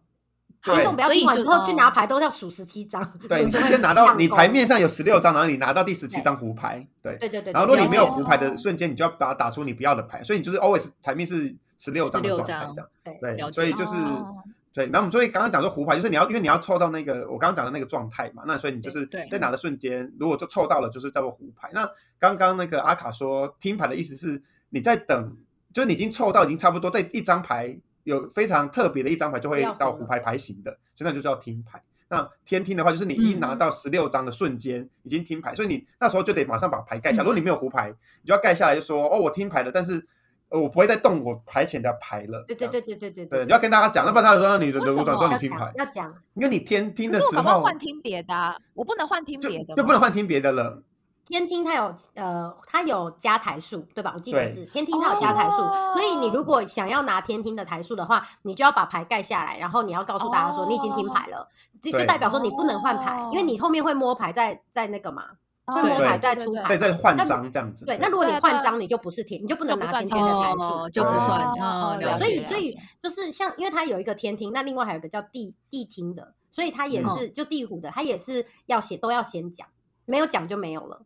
S4: 对
S1: 听懂不要
S3: 所以
S1: 听完
S3: 就
S1: 之后去拿
S3: 哦
S1: 牌都要数十七张。
S4: 对，你是
S1: 不然
S4: 先拿
S1: 一
S4: 到
S1: 样
S4: 你
S1: 勾
S4: 牌，面上有十六张，然后你拿到第十七张胡牌，对。
S1: 对对对。
S4: 然后如果你没有
S3: 了解
S4: 胡牌的瞬间，你就要把它打出你不要的牌，所以你就是 always 台面是十六张的
S3: 16
S4: 状态
S3: 张
S4: 这样。
S1: 对
S4: 对，
S3: 了解
S4: 所以就是
S2: 哦
S4: 对。然后我们所以刚刚讲说胡牌，就是你要因为你要凑到那个我刚刚讲的那个状态嘛，那所以你就是
S3: 对对
S4: 在拿的瞬间，如果就凑到了，就是叫做胡牌。那刚刚那个阿卡说听牌的意思是你在等，就是你已经凑到已经差不多，在一张牌有非常特别的一张牌就会
S1: 要胡
S4: 到
S1: 了
S4: 胡牌牌型的，所以那就叫听牌。那天听的话，就是你一拿到十六张的瞬间、已经听牌，所以你那时候就得马上把牌盖下。如果你没有胡牌，你就要盖下来，就说哦，我听牌了，但是呃我不会再动我牌前的牌了。
S1: 对
S4: 这
S1: 对
S4: 样
S1: 对对对对
S4: 对，你要跟大家讲，要不然他就说你的
S2: 为
S4: 流
S2: 什
S4: 转
S2: 么
S4: 让
S1: 要
S4: 你听牌
S1: 讲，要讲，
S4: 因为你天听
S2: 可
S4: 的
S2: 是我
S4: 时
S2: 搞不好
S4: 候
S2: 换听别的啊，我不能换听
S4: 就
S2: 别的吗，
S4: 就不能换听别的了。
S1: 天听它有呃，它有加台数，对吧？我记得
S4: 对
S1: 是天听它有加台数，所以你
S2: 哦
S1: 如果想要拿天听的台数的话，你就要把牌盖下来，然后你要告诉大家说你已经听牌了，就就
S4: 对
S1: 代表说你不能换牌，因为你后面会摸牌在在那个嘛。
S2: 哦
S1: 会
S4: 摸牌
S1: 再出牌
S4: 对，再换
S1: 那如
S4: 张这样子。
S1: 对，那如果你
S2: 对啊对
S1: 换
S2: 啊
S1: 张，你就不是天，你就不能
S2: 就不
S1: 拿
S2: 算
S1: 天听
S2: 天
S1: 的
S2: 听
S1: 台
S3: 哦
S1: 数，
S3: 就不
S4: 对
S3: 算，
S2: 哦
S3: 嗯，
S2: 了
S3: 了
S1: 所
S3: 解
S1: 以
S2: 解
S1: 所以就是像，因为它有一个天听，那另外还有一个叫地地听的，所以它也
S4: 嗯
S1: 是、就地虎的，它也是要写都要先讲，没有讲就没有了。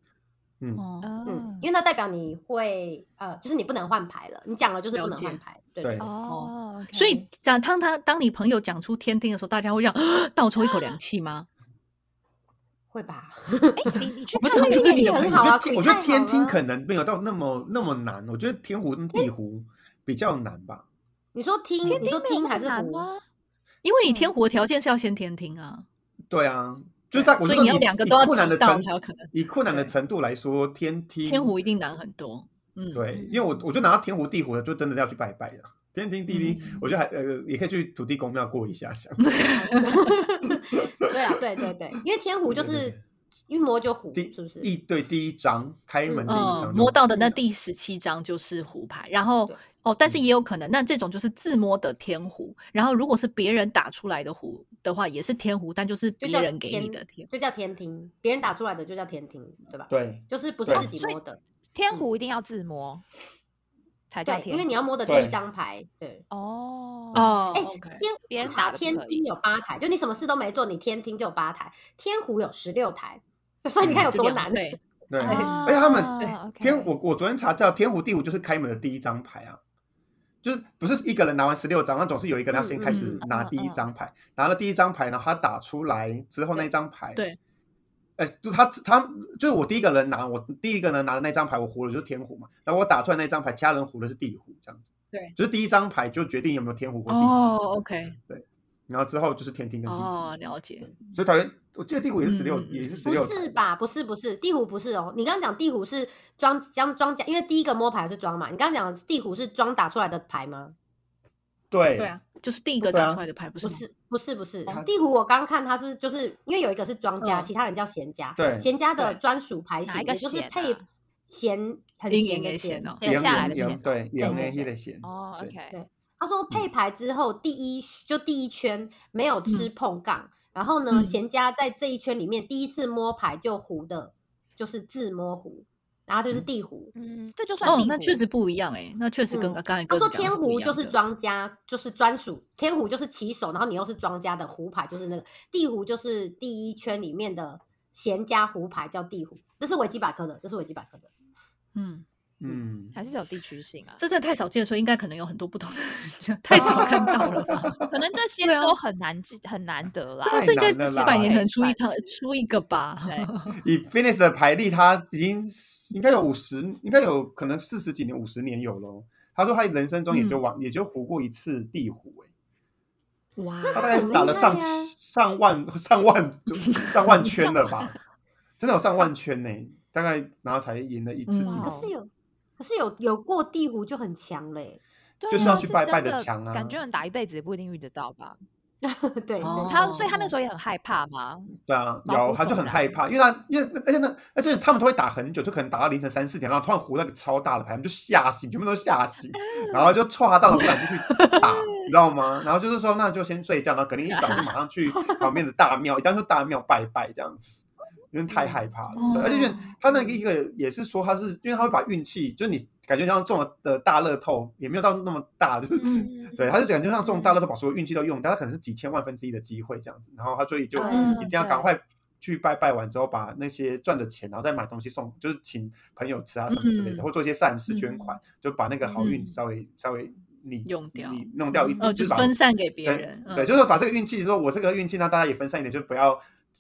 S4: 嗯，
S3: 哦
S1: 嗯
S2: 嗯，，
S1: 因为那代表你会呃，就是你不能换牌了，你讲了就是不
S3: 了
S1: 能
S3: 解
S1: 换牌。对
S4: 对
S1: 对，
S2: 哦，
S3: 所
S2: OK
S3: 以当当他当你朋友讲出天听的时候，大家会这样倒抽一口凉气吗？
S1: 会 吧？
S2: 哎，你你去
S3: 不
S2: 看
S3: 知道
S2: 那
S3: 就
S2: 个
S3: 是
S2: 电
S3: 你
S2: 影
S3: 的朋
S1: 很
S3: 友
S1: 好啊，
S4: 哎我觉得天我觉得天听可能没有到那么那么难，我觉得天湖跟地湖比较难吧。
S1: 你说听，
S2: 天
S1: 你
S2: 地
S1: 说
S2: 没有
S1: 听
S2: 那
S1: 还
S2: 么
S1: 是
S2: 难
S1: 湖？
S2: 吗？
S3: 因为你天湖的条件是要先天听啊，
S4: 对啊，就是大，我
S3: 所
S4: 觉得
S3: 以你要
S4: 以
S3: 两个
S4: 以
S3: 都要
S4: 困难
S3: 知
S4: 的
S3: 道
S4: 程
S3: 才有可能。
S4: 以困难的
S3: 对
S4: 程度来说，天听
S3: 天湖一定难很多。嗯，
S4: 对，因为我我就拿到天湖地湖的，就真的要去拜拜了。天听地听，
S3: 嗯
S4: 我觉得还呃也可以去土地公庙过一下下。
S1: 对啊，对对对，因为天湖就
S4: 对对
S1: 是一摸就湖，
S4: 第
S1: 是不是？
S4: 一对第一章开门第一章
S3: 嗯，
S4: 就，
S3: 摸到的那第十七张就是胡牌，然后
S1: 对
S3: 哦，但是
S4: 嗯
S3: 也有可能，那这种就是自摸的天胡，然后如果是别人打出来的胡的话，也是天胡，但就是
S1: 就
S3: 别
S1: 叫
S3: 人给你
S1: 天
S3: 的天。
S1: 就叫天听，别人打出来的就叫天听，对吧？
S4: 对
S1: 就是不是
S4: 对
S1: 自己
S2: 所以
S1: 摸的，
S4: 嗯
S2: 天湖一定要自摸才叫
S1: 对，
S2: 天
S1: 因
S2: 湖，
S1: 为你要摸的第
S4: 对
S1: 一张牌，对。
S2: 哦
S3: 哦
S1: 哎
S3: ，OK，
S1: 天
S2: 别人打
S1: 打
S2: 的不
S1: 天
S2: 可以
S1: 听有八台，就你什么事都没做，你天听就有八台，天湖有十六台，所以
S2: 嗯
S1: 你看有
S3: 就
S1: 多
S3: 两
S1: 难。
S3: 对，
S4: 对，
S2: 啊
S3: 哦
S4: 而且他们哎
S2: ，OK
S4: 天，我我昨天查资料，天湖地湖就是开门的第一张牌啊，就是不是一个人拿完十六张，那总是有一个人要先开始
S1: 嗯
S3: 嗯
S4: 拿
S2: 嗯
S4: 第一
S2: 嗯
S4: 张牌，拿了第一张牌，然后他打出来之后那一张牌，
S3: 对，
S4: 哎、就他他就是我第一个人拿，我第一个人拿的那张牌，我胡了就是天湖嘛，然后我打出来那张牌，其他人胡的是地湖，这样子，
S3: 对，
S4: 就是第一张牌就决定有没有天湖或地湖，
S3: 哦，OK，
S4: 然后之后就是天庭跟地湖，
S3: 哦，了解，
S4: 所以讨厌，我记得地湖也是十六、
S3: 嗯嗯嗯
S4: 也是十
S1: 不
S4: 六，
S1: 是吧？不是不是，地虎不是哦。你刚刚讲地虎是庄将庄家，因为第一个摸牌是庄嘛。你刚刚讲地虎是庄打出来的牌吗？
S4: 对
S3: 对，啊，就是第一个
S4: 对
S3: 打
S4: 啊
S3: 出来的牌不是
S1: 不
S3: 吗
S1: 是不是不是
S4: 它，
S1: 地虎我刚看它是就是因为有一个是庄家，
S3: 嗯
S1: 其他人叫闲家。
S4: 对
S1: 闲家的
S3: 对
S1: 专属牌型，
S2: 哪一个
S1: 也就是
S2: 闲
S1: 配
S2: 啊
S1: 闲很
S3: 阴
S1: 闲
S3: 阳
S1: 的
S3: 的
S1: 闲
S3: 闲哦
S2: 闲下来的
S4: 羊
S2: 闲
S4: 对，羊
S1: 对对
S4: 那些的闲，
S2: 哦
S4: 对
S2: ，OK，
S1: 他
S3: 嗯
S1: 说配牌之后，第一就第一圈没有吃碰杠，然后呢，
S3: 嗯
S1: 闲家在这一圈里面第一次摸牌就胡的，就是自摸胡，然后就是地胡。
S2: 嗯，这就算
S3: 哦
S2: 地，
S3: 那
S2: 虎
S3: 确实不一样哎，那确实跟
S1: 嗯
S3: 刚刚才
S1: 他
S3: 哥
S1: 说
S3: 子讲
S1: 天
S3: 的不一
S1: 胡就
S3: 样
S1: 是
S3: 的，
S1: 庄家，就是专属天胡就是起手，然后你又是庄家的胡牌，就是那个地胡就是第一圈里面的闲家胡牌叫地胡，这是维基百科的，这是维基百科的。
S3: 嗯，
S4: 嗯。
S2: 还是有地区性 啊，
S3: 这真的太少见，所以应该可能有很多不同的， 太少看 到了吧。
S2: 可能这些
S3: 对啊
S2: 都很难记，很难得啦。
S4: 太
S3: 这应该
S4: 难了
S3: 几
S4: 啦
S3: 百年
S2: 太
S3: 能出
S2: 难
S3: 一趟出一个吧？
S2: 对
S4: 以 Fitness 的牌力，他已经应该有五十，应该有可能四十几年、五十年有咯。他说他人生中也
S1: 嗯
S4: 就玩，也就胡过一次地胡、欸，
S3: 哇，哦
S4: 他大概
S1: 很厉
S4: 打了上
S1: 害啊
S4: 上万、上万、上万圈了 吧？真的有上万圈呢、大概然后才赢了一次地
S3: 嗯
S1: 可
S4: 胡。
S1: 是有，可是有有过地胡就很强嘞、
S2: 对
S4: 就是
S2: 啊
S4: 要去拜
S2: 真
S4: 拜的强啊
S2: 感觉人打一辈子也不一定遇得到吧？
S1: 对对，
S3: 哦
S2: 他所以他那时候也很害怕嘛，
S4: 对啊，
S2: 毛
S4: 有
S2: 骨
S4: 他就
S2: 悚
S4: 很
S2: 然
S4: 害怕，因为他因为而且呢，而且他们都会打很久，就可能打到凌晨三四点，然后突然胡到一个超大的牌，他们就吓醒，全部都 吓醒，然后就唰到了不敢继续打，你知道吗？然后就是说那就先睡觉，然后肯定一早就马上去旁边的大庙，一定要去大庙拜拜这样子，因为太害怕了。
S2: 哦
S4: 对，而且因为他那个一个也是说他是因为他会把运气，就是你感觉像中了的大乐透，也没有到那么大，就是。
S2: 嗯，
S4: 对，他就感觉像中大乐透，把所有运气都用，但他可能是几千万分之一的机会这样子，然后他所以就
S1: 嗯
S4: 一定要赶快去拜拜完之后，把那些赚的钱，然后再买东西送，就是请朋友吃啊什么之类的，
S3: 嗯
S4: 或做一些善事捐款，就把那个好运
S3: 嗯
S4: 稍微稍微你
S3: 用掉
S4: 你弄掉一点，
S3: 哦，就是
S4: 把
S3: 分散给别
S4: 嗯对
S3: 人，
S4: 对，
S3: 嗯
S4: 就是把这个运气说，我这个运气，那大家也分散一点，就不要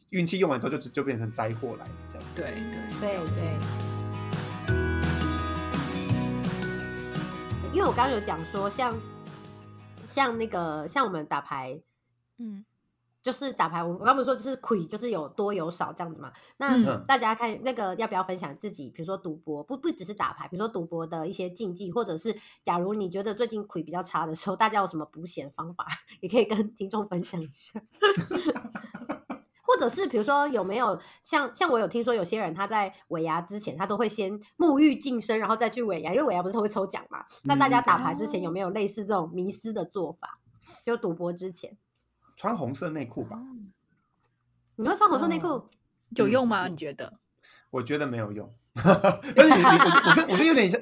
S4: 运气用完之后就就变成灾祸来这样。
S3: 对对
S1: 对
S3: 了解
S1: 对。因为我刚刚有讲说，像像那个像我们打牌，
S2: 嗯，
S1: 就是打牌，我我刚不是说就是亏，就是有多有少这样子嘛。那
S3: 嗯
S4: 嗯
S1: 大家看那个要不要分享自己，比如说赌博，不不只是打牌，比如说赌博的一些禁忌，或者是假如你觉得最近亏比较差的时候，大家有什么补险方法， 也可以跟听众分享一下。或者是比如说有没有像像我有听说有些人他在尾牙之前他都会先沐浴净身，然后再去尾牙，因为尾牙不是会抽奖嘛？那大
S4: 嗯
S1: 家打牌之前有没有类似这种迷失的做法？就赌博之前，
S4: 穿红色内裤吧，
S1: 你会穿红色内裤？
S3: 哦有
S4: 嗯
S3: 用吗？你觉得？
S4: 我觉得没有用， 但是你你我我觉得我觉得有点像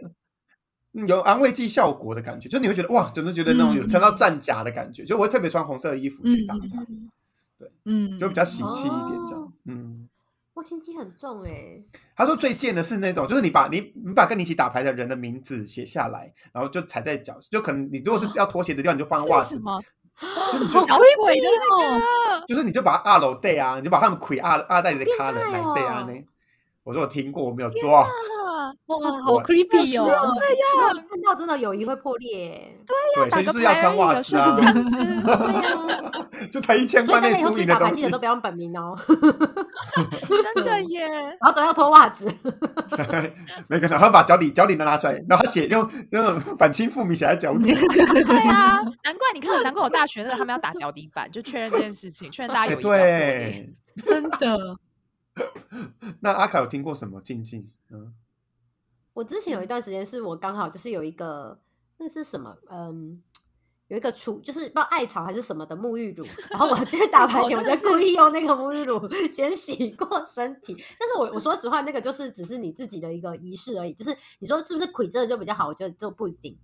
S4: 嗯有安慰剂效果的感觉，就你会觉得哇，真的觉得那种有撑到战甲的感觉，就我会特别穿红色的衣服去打牌，
S3: 嗯，
S4: 就比较喜气一点
S1: 哦
S4: 这样。嗯，
S1: 我心机很重哎、
S4: 他说最贱的是那种，就是你把你你把跟你一起打牌的人的名字写下来，然后就踩在 脚，就可能你如果是要脱鞋子掉，你就放袜
S2: 这是什
S4: 子。
S2: 么？
S4: 就
S2: 小鬼的那个
S4: 就是你就把二楼对啊，你就把他们魁二二代里的卡人来
S1: 变态哦
S4: 对啊呢。我说我听过，我没有做。
S2: 啊，
S1: 哇，好
S4: 我
S1: creepy
S2: 不要
S1: 哦！
S2: 这样，
S1: 看到真的友谊会破裂，
S4: 啊对，所
S2: 打
S4: 以
S2: 个
S4: 就是要
S2: 牌
S4: 穿袜
S2: 有
S4: 子
S2: 时候是
S4: 啊
S2: 这，样子
S1: 嗯
S4: 就才一千
S1: 所以大
S4: 块内
S1: 家以后
S4: 输
S1: 出去
S4: 赢的
S1: 打牌
S4: 东
S1: 记
S4: 西
S1: 得都，不要本名哦，
S2: 真的耶。
S1: 然后都要脱袜子。
S4: 每个人然后把脚底脚底都拿出来，然后他写用用反清复明写在脚底。
S2: 对啊，难怪你看，难怪我大学那个他们要打脚底板，就确认这件事情，确认大家
S4: 哎
S2: 有一个。
S4: 对，
S3: 真的，
S4: 那阿卡有听过什么静静？嗯，
S1: 我之前有一段时间是我刚好就是有一个那是什么，嗯，有一个除就是不知道艾草还是什么的沐浴乳，然后我去打牌
S2: 我
S1: 前我
S2: 真的
S1: 就故意用那个沐浴乳先洗过身体，但是我我说实话，那个就是只是你自己的一个仪式而已，就是你说是不是鬼真的就比较好，我觉得就不一定。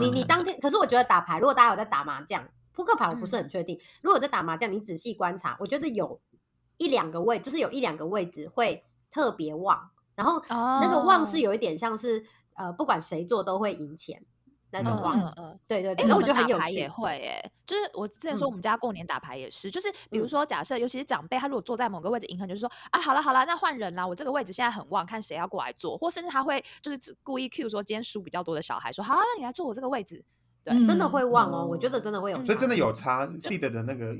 S1: 你你
S4: 嗯
S1: 当天，可是我觉得打牌，如果大家有在打麻将、扑克牌，我不是很确定。如果有在打麻将，你仔细观察，我觉得有一两个位，就是有一两个位置会特别旺，然后那个旺
S2: 哦
S1: 是有一点像是、呃，不管谁做都会赢钱那种
S4: 嗯
S1: 旺。
S2: 嗯。
S1: 对对
S2: 哎、
S1: 对，那、
S2: 我
S1: 我觉得
S2: 们
S1: 很
S2: 打
S1: 有
S2: 牌也
S1: 趣。
S2: 会哎、就是我之前说我们家过年打牌也是，就是比如
S1: 嗯
S2: 说假设，尤其是长辈，他如果坐在某个位置，银行就是说啊，好了好了，那换人啦，我这个位置现在很旺，看谁要过来坐，或甚至他会就是只故意 Q 说今天输比较多的小孩说，好、啊，那你来坐我这个位置，
S3: 嗯
S1: 真的会旺哦，我觉得
S4: 哦
S1: 真的会有差，
S2: 嗯
S4: 所以真的有差 seed 的那个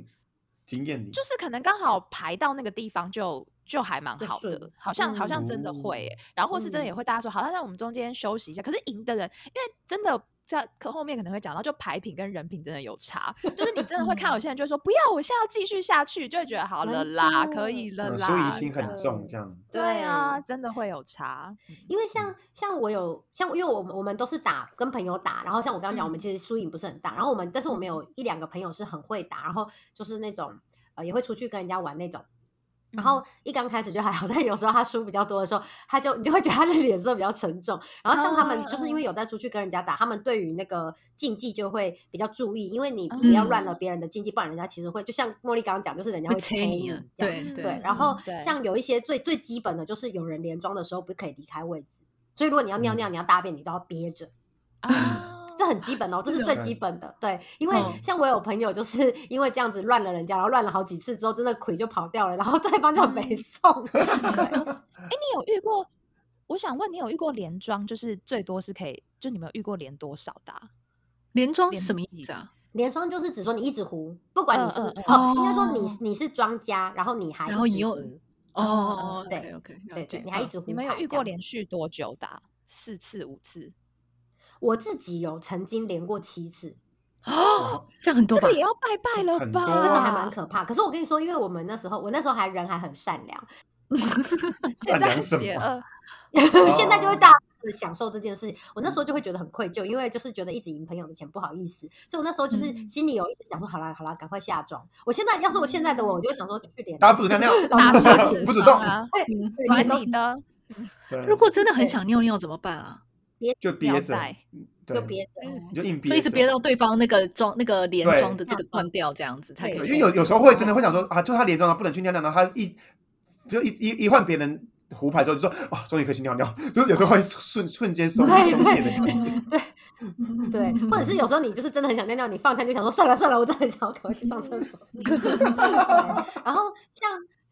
S4: 经验里，
S2: 就是可能刚好排到那个地方就就还蛮
S3: 就
S2: 好
S3: 顺
S2: 的
S3: 了，
S2: 好像好像真
S4: 嗯
S2: 的会欸、然后或是真的也
S1: 嗯
S2: 会大家说，好了，那我们中间休息一下。可是赢的人，因为真的。在可后面可能会讲到，就牌品跟人品真的有差，就是你真的会看到有些人就会说不要，我现在要继续下去，就会觉得好
S1: 真
S2: 了啦，
S1: 的
S2: 可以了
S4: 嗯
S2: 啦，
S4: 所以心
S2: 这样
S4: 很重，这样。
S2: 对啊，真的会有差，嗯
S1: 因为像像我有像我因为我们我们都是打跟朋友打，然后像我刚刚讲，
S2: 嗯
S1: 我们其实输赢不是很大，然后我们但是我们有一两个朋友是很会打，然后就是那种呃也会出去跟人家玩那种。然
S2: 嗯
S1: 后一刚开始就还好， 但有时候他输比较多的时候，他就你就会觉得他的脸色比较沉重。然后像他们
S2: 啊
S1: 就是因为有在出去跟人家打，他们对于那个竞技就会比较注意，因为你不要乱了别人的竞技，不然人家其实会就像茉莉刚刚讲，就是人家
S3: 会
S1: 会你
S3: 催你
S1: 这
S3: 啊
S1: 样。，
S3: 对
S2: 嗯
S1: 对
S3: 对，，
S1: 然后
S2: 对
S1: 像有一些最最基本的就是有人连装的时候不可以离开位置，所以如果你要尿尿、你要大便，你都要憋着，
S4: 嗯
S2: 啊
S1: 这很基本哦，这是
S3: 是
S1: 最
S4: 的
S1: 基本的。对，因为
S3: 嗯
S1: 像我有朋友就是 因为这样子乱了人家，然后乱了好几次之后，真的腿就跑掉了，然后对方就很没
S2: 嗯
S1: 送。
S2: 哎、你有遇过？我想问你有遇过连庄，就是最多是可以，就你们有遇过连多少的啊、
S3: 连庄是
S2: 连
S3: 什么意
S2: 体
S3: 思啊？
S1: 连双就是指说你一直胡，不管你是不
S2: 嗯嗯
S1: 哦，应该说你
S3: 哦
S1: 你是庄家，然后你还
S3: 然后
S1: 一
S3: 你
S1: 直
S3: 又
S1: 胡
S3: 哦
S1: 对
S3: ，OK OK，
S1: 对对，你还一直胡。
S2: 你们有遇过
S1: 连？
S2: 连续多久的啊、四次、五次？
S1: 我自己有曾经连过七次，
S3: 哦，
S4: 嗯
S3: 这样很多
S2: 这
S3: 吧
S2: 个？也要拜拜了
S4: 很
S2: 吧？
S4: 多
S1: 这个还
S4: 啊
S1: 蛮可怕。可是我跟你说，因为我们那时候，我那时候还人还很善良，
S2: 现
S4: 善
S2: 在
S4: 良什
S2: 邪
S4: 么
S2: 恶，
S1: 现在就会大地享受这件事情。我那时候就会觉得很愧疚，因为就是觉得一直赢朋友的钱不好意思，所以我那时候就是
S2: 嗯
S1: 心里有一直想说，好啦好啦，赶快下妆。我现在要是我现在的我，我就会想说去脸，
S4: 大家不准尿尿，
S2: 大
S1: 手
S2: 杀
S1: 指
S2: 四
S4: 不准
S2: 方
S4: 动
S2: 啊！
S3: 嗯
S1: 对
S2: 管
S1: 脸都
S2: 你的，
S4: 对
S3: 如果真的很
S1: 对
S3: 想尿尿怎么办啊？
S4: 就
S2: 不
S4: 憋
S2: 要
S4: 着
S2: 带，
S4: 对
S1: 就憋着。
S4: 你就硬憋
S3: 就
S4: 着，
S3: 一直憋到对方那个装那个连
S4: 对
S3: 装的这个断掉，这样子才
S1: 对
S3: 可
S4: 对
S3: 以。
S4: 因为有有时候会真的会想说啊，就他连装了不能去尿尿，然后他一就一一一换别人胡牌之后就说哇，终于可以去尿 尿，就是有时候会瞬瞬间松
S1: 对
S4: 松懈的感觉。
S1: 对，或者是有时候你就是真的很想尿尿，你放下就想说算了算了，我真的很想要赶快去上厕所。对然后像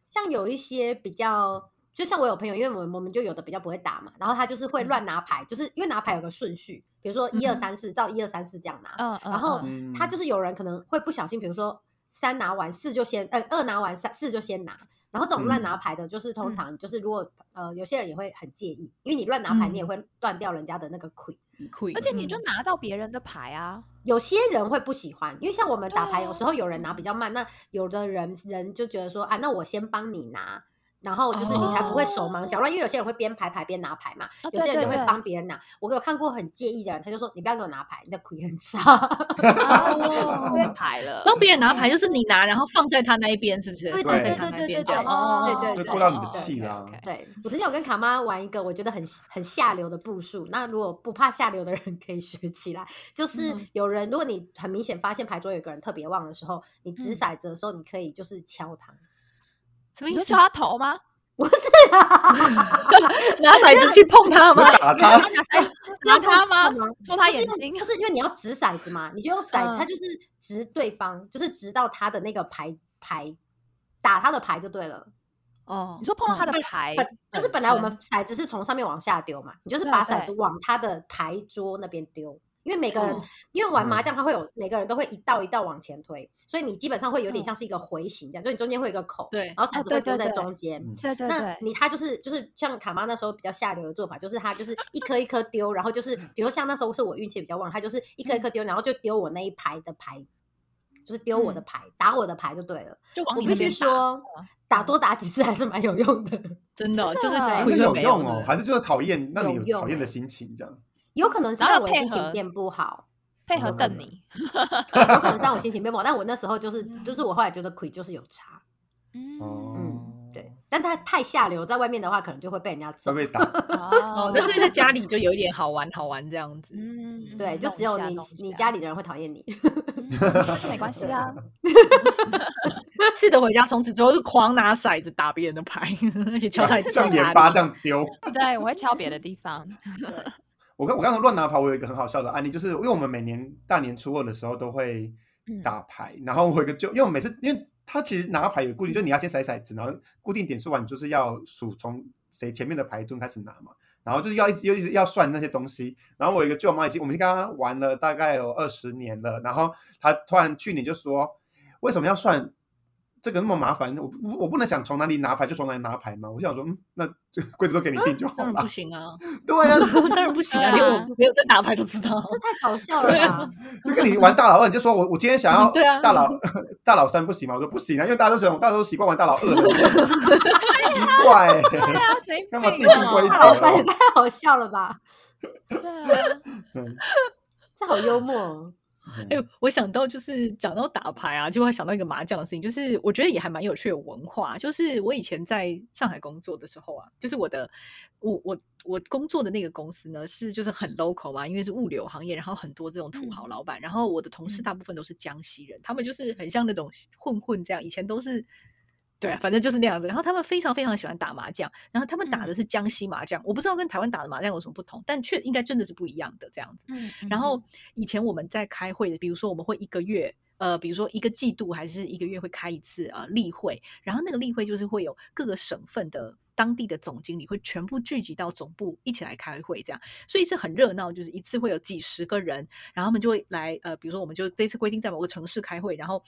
S1: 像有一些比较，就像我有朋友，因为我们我们就有的比较不会打嘛，然后他就是会乱拿牌，就是因为拿牌有个顺序，比如说一二三四，照一二三四这样拿，
S2: 嗯嗯，
S1: 然后
S2: 嗯
S4: 嗯
S1: 他就是有人可能会不小心，比如说三拿完四就先，呃，二拿完三四就先拿。然后这种乱拿牌的，就是通
S2: 嗯
S1: 常就是如果呃有些人也会很介意，因为你乱拿牌，你也
S3: 嗯
S1: 会断掉人家的那个亏。
S3: 亏，
S2: 而且你就
S4: 嗯
S2: 拿到别人的牌啊，
S1: 有些人会不喜欢，因为像我们打牌，
S2: 对啊
S1: 有时候有人拿比较慢，那有的人人就觉得说啊，那我先帮你拿，然后就是你才不会手忙脚乱，因为有些人会边排牌边拿牌嘛，
S2: 哦
S1: 有些人
S2: 对
S1: 就会
S2: 对对
S1: 帮别人拿。我有看过很介意的人，他就说你不要给我拿牌，你的亏很差。
S2: 哦啊对牌了，
S3: 帮别人拿牌，就是你拿，然后放在他那一边，是不是？
S1: 对对
S3: 放在
S4: 对
S3: 他
S1: 对
S3: 那
S1: 对
S3: 边这
S1: 对
S3: 样。
S2: 哦
S1: 对对对
S4: 就过到你的气啦
S1: 对我之前有跟卡妈玩一个，我觉得很很下流的步数。那如果不怕下流的人 可以学起来，就是
S3: 嗯
S1: 有人，如果你很明显发现牌桌有个人特别旺的时候，你掷
S2: 嗯
S1: 骰子的时候，你可以就是敲他。
S3: 什么
S2: 你
S3: 意
S2: 就
S3: 思
S2: 敲？他头吗？
S1: 不是啊，
S3: 拿骰子去碰他吗？
S4: 打 他，
S2: 拿谁 拿他吗？戳 他
S1: 就是
S2: 眼
S1: 用
S2: 睛
S1: 就是因为你要掷骰子嘛，你就用骰，
S2: 嗯
S1: 它就是掷对方，就是掷到他的那个牌牌打他的牌就对了。
S3: 哦，
S2: 你说碰到他的
S1: 嗯
S2: 牌
S1: 本，就是本来我
S2: 身
S1: 们骰子是从上面往下丢嘛，你就是
S2: 对
S1: 把骰子
S2: 对
S1: 往他的牌桌那边丢，因为每个人、
S3: 嗯
S1: 因为玩麻
S4: 嗯
S1: 将，他会有每个人都会一道一道往前推，所以你基本上会有点
S2: 嗯
S1: 像是一个回形这样，就你中间会有一个口，
S3: 对
S1: 然后骰
S2: 啊
S1: 子会
S2: 对
S1: 丢
S2: 对
S1: 在
S2: 对
S1: 中间。
S4: 嗯
S2: 对对
S1: 那
S2: 对，
S1: 你他就是就是像卡妈那时候比较下流的做法，就是他就是一颗一颗丢，然后就是
S4: 嗯
S1: 比如说像那时候是我运气比较旺，他就是一颗一
S2: 嗯
S1: 颗丢，然后就丢我那一排的牌，就是丢我的
S2: 嗯
S1: 牌，打我的牌就对了。
S2: 就往
S1: 我
S2: 你
S1: 必
S2: 那
S1: 须
S2: 边打嗯
S1: 说，打多打几次还是蛮有用的。
S3: 真的哦就是
S2: 真的
S4: 真
S3: 腿
S4: 的
S3: 就
S4: 有
S3: 没
S4: 用
S3: 了
S4: 哦，还是就是讨厌，那
S1: 有
S4: 你有
S1: 用
S4: 讨厌的
S1: 欸
S4: 心情这样，
S1: 有可能是
S2: 然后
S1: 让我的
S2: 配
S1: 心
S2: 合
S1: 情变不 好，
S2: 配合
S4: 有可
S2: 瞪
S4: 能
S2: 你，
S1: 有可能是让我心情变不好。但我那时候就是，
S3: 嗯
S1: 就是我后来觉得 q 就是有差，
S2: 嗯，
S1: 嗯
S4: 哦，
S1: 对。但他太下流，在外面的话可能就会被人家揍
S4: 会。被打，
S3: 哦
S2: 哦，
S3: 但是在家里就有一点好玩好玩这样 子。
S2: 嗯，
S1: 对，就只有你你 家里的人会讨厌 你。
S2: 里没关系啊，
S3: 记得回家从此之后就狂拿骰子打别人的牌， 而且敲他
S4: 像盐巴这
S3: 样。
S4: 样丢。
S2: 对我会敲别的地方，
S4: 我刚我刚才乱拿牌，我有一个很好笑的案例，就是因为我们每年大年初二的时候都会
S2: 嗯
S4: 打牌，然后我有一个就因为我每次因为他其实拿牌有固定，就是你要先骰骰子，然后固定点数完，你就是要数从谁前面的牌墩开始拿嘛，然后就是要一直又一直要算那些东西。然后我有一个舅妈已经我们跟她玩了大概有二十年了，然后她突然去年就说为什么要算？这个那么麻烦，我不我不能想从哪里拿牌就从哪里拿牌嘛。我想说，嗯，那这个规则都给你定 就好
S3: 当然
S4: 了
S3: 不。行啊，
S4: 对呀、
S3: 当然不行啊，连我没有在打牌都知道。
S1: 这太搞笑了吧！
S3: 啊
S4: 就跟你玩大佬二，你就说我我今天想要
S3: 对啊
S4: 大佬、 大佬三不行吗？我说不行啊，因为大家都想，大家都习惯玩大佬二了， 奇怪、
S2: 对
S4: 欸。
S2: 啊，谁
S4: 干嘛
S2: 配
S4: 自己定
S2: 啊
S4: 规
S1: 大老
S4: 则
S1: 三也太好笑了吧！
S2: 对啊，
S4: 嗯
S1: 这好幽默哦。
S3: 哎、我想到就是讲到打牌啊，就会想到一个麻将的事情，就是我觉得也还蛮有趣的文化。就是我以前在上海工作的时候啊，就是我的我我我工作的那个公司呢是就是很 local 嘛，因为是物流行业，然后很多这种土豪老板，然后我的同事
S2: 嗯
S3: 大部分都是江西人，他们就是很像那种混混这样，以前都是。对啊，反正就是那样子。然后他们非常非常喜欢打麻将，然后他们打的是江西麻将，我不知道跟台湾打的麻将有什么不同，但却应该真的是不一样的这样子。
S2: 嗯，
S3: 然后以前我们在开会的，比如说我们会一个月，呃，比如说一个季度还是一个月会开一次呃例会，然后那个例会就是会有各个省份的当地的总经理会全部聚集到总部一起来开会，这样，所以是很热闹，就是一次会有几十个人，然后他们就会来，呃，比如说我们就这次规定在某个城市开会，然后。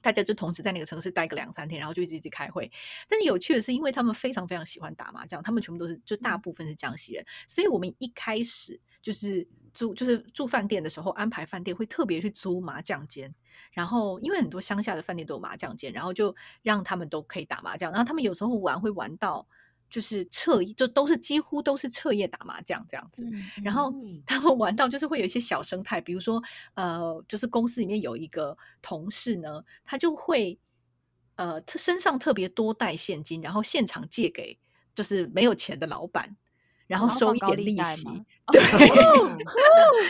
S3: 大家就同时在那个城市待个两三天，然后就一直一直开会。但是有趣的是，因为他们非常非常喜欢打麻将，他们全部都是就大部分是江西人，所以我们一开始就是租就是住饭店的时候安排饭店会特别去租麻将间，然后因为很多乡下的饭店都有麻将间，然后就让他们都可以打麻将，然后他们有时候玩会玩到就是彻夜，就都是几乎都是彻夜打麻将这样子。 然后
S1: 嗯
S3: 他们玩到就是会有一些小生态，比如说呃，就是公司里面有一个同事呢，他就会呃特身上特别多带现金，然后现场借给就是没有钱的老板，然
S4: 哦
S3: 后收一点利息。
S2: 对，
S1: 嗯
S2: 哦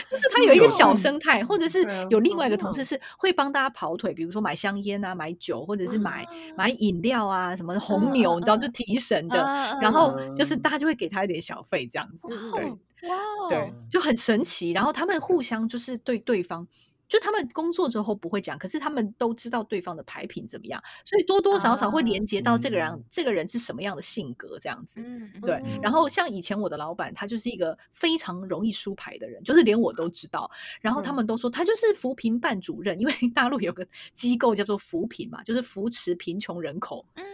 S3: 就是他有一个
S4: 有
S3: 小
S4: 嗯
S3: 生态，或者是
S4: 对啊
S3: 有另外一个同
S1: 哦
S3: 事是会帮大家跑腿，比如说买香烟啊、买酒，或者是
S4: 啊
S3: 买买饮料啊、什么红牛，你知道就提
S2: 嗯
S3: 神的。然后就是
S4: 嗯
S3: 大家就会给他一点小费这样子，对
S2: 哇哦，
S3: 对，就很神奇。然后他们互相就是对对方。就他们工作之后不会讲，可是他们都知道对方的牌品怎么样，所以多多少少会
S1: 啊
S3: 连接到这个人，
S4: 嗯
S3: 这个人是什么样的性格这样子。
S2: 嗯，
S3: 对
S1: 嗯，
S3: 然后像以前我的老板，他就是一个非常容易输牌的人，就是连我都知道。然后他
S1: 嗯
S3: 们都说他就是扶贫办主任，因为 大陆有个机构叫做扶贫嘛，就是扶持贫穷 人口。
S4: 嗯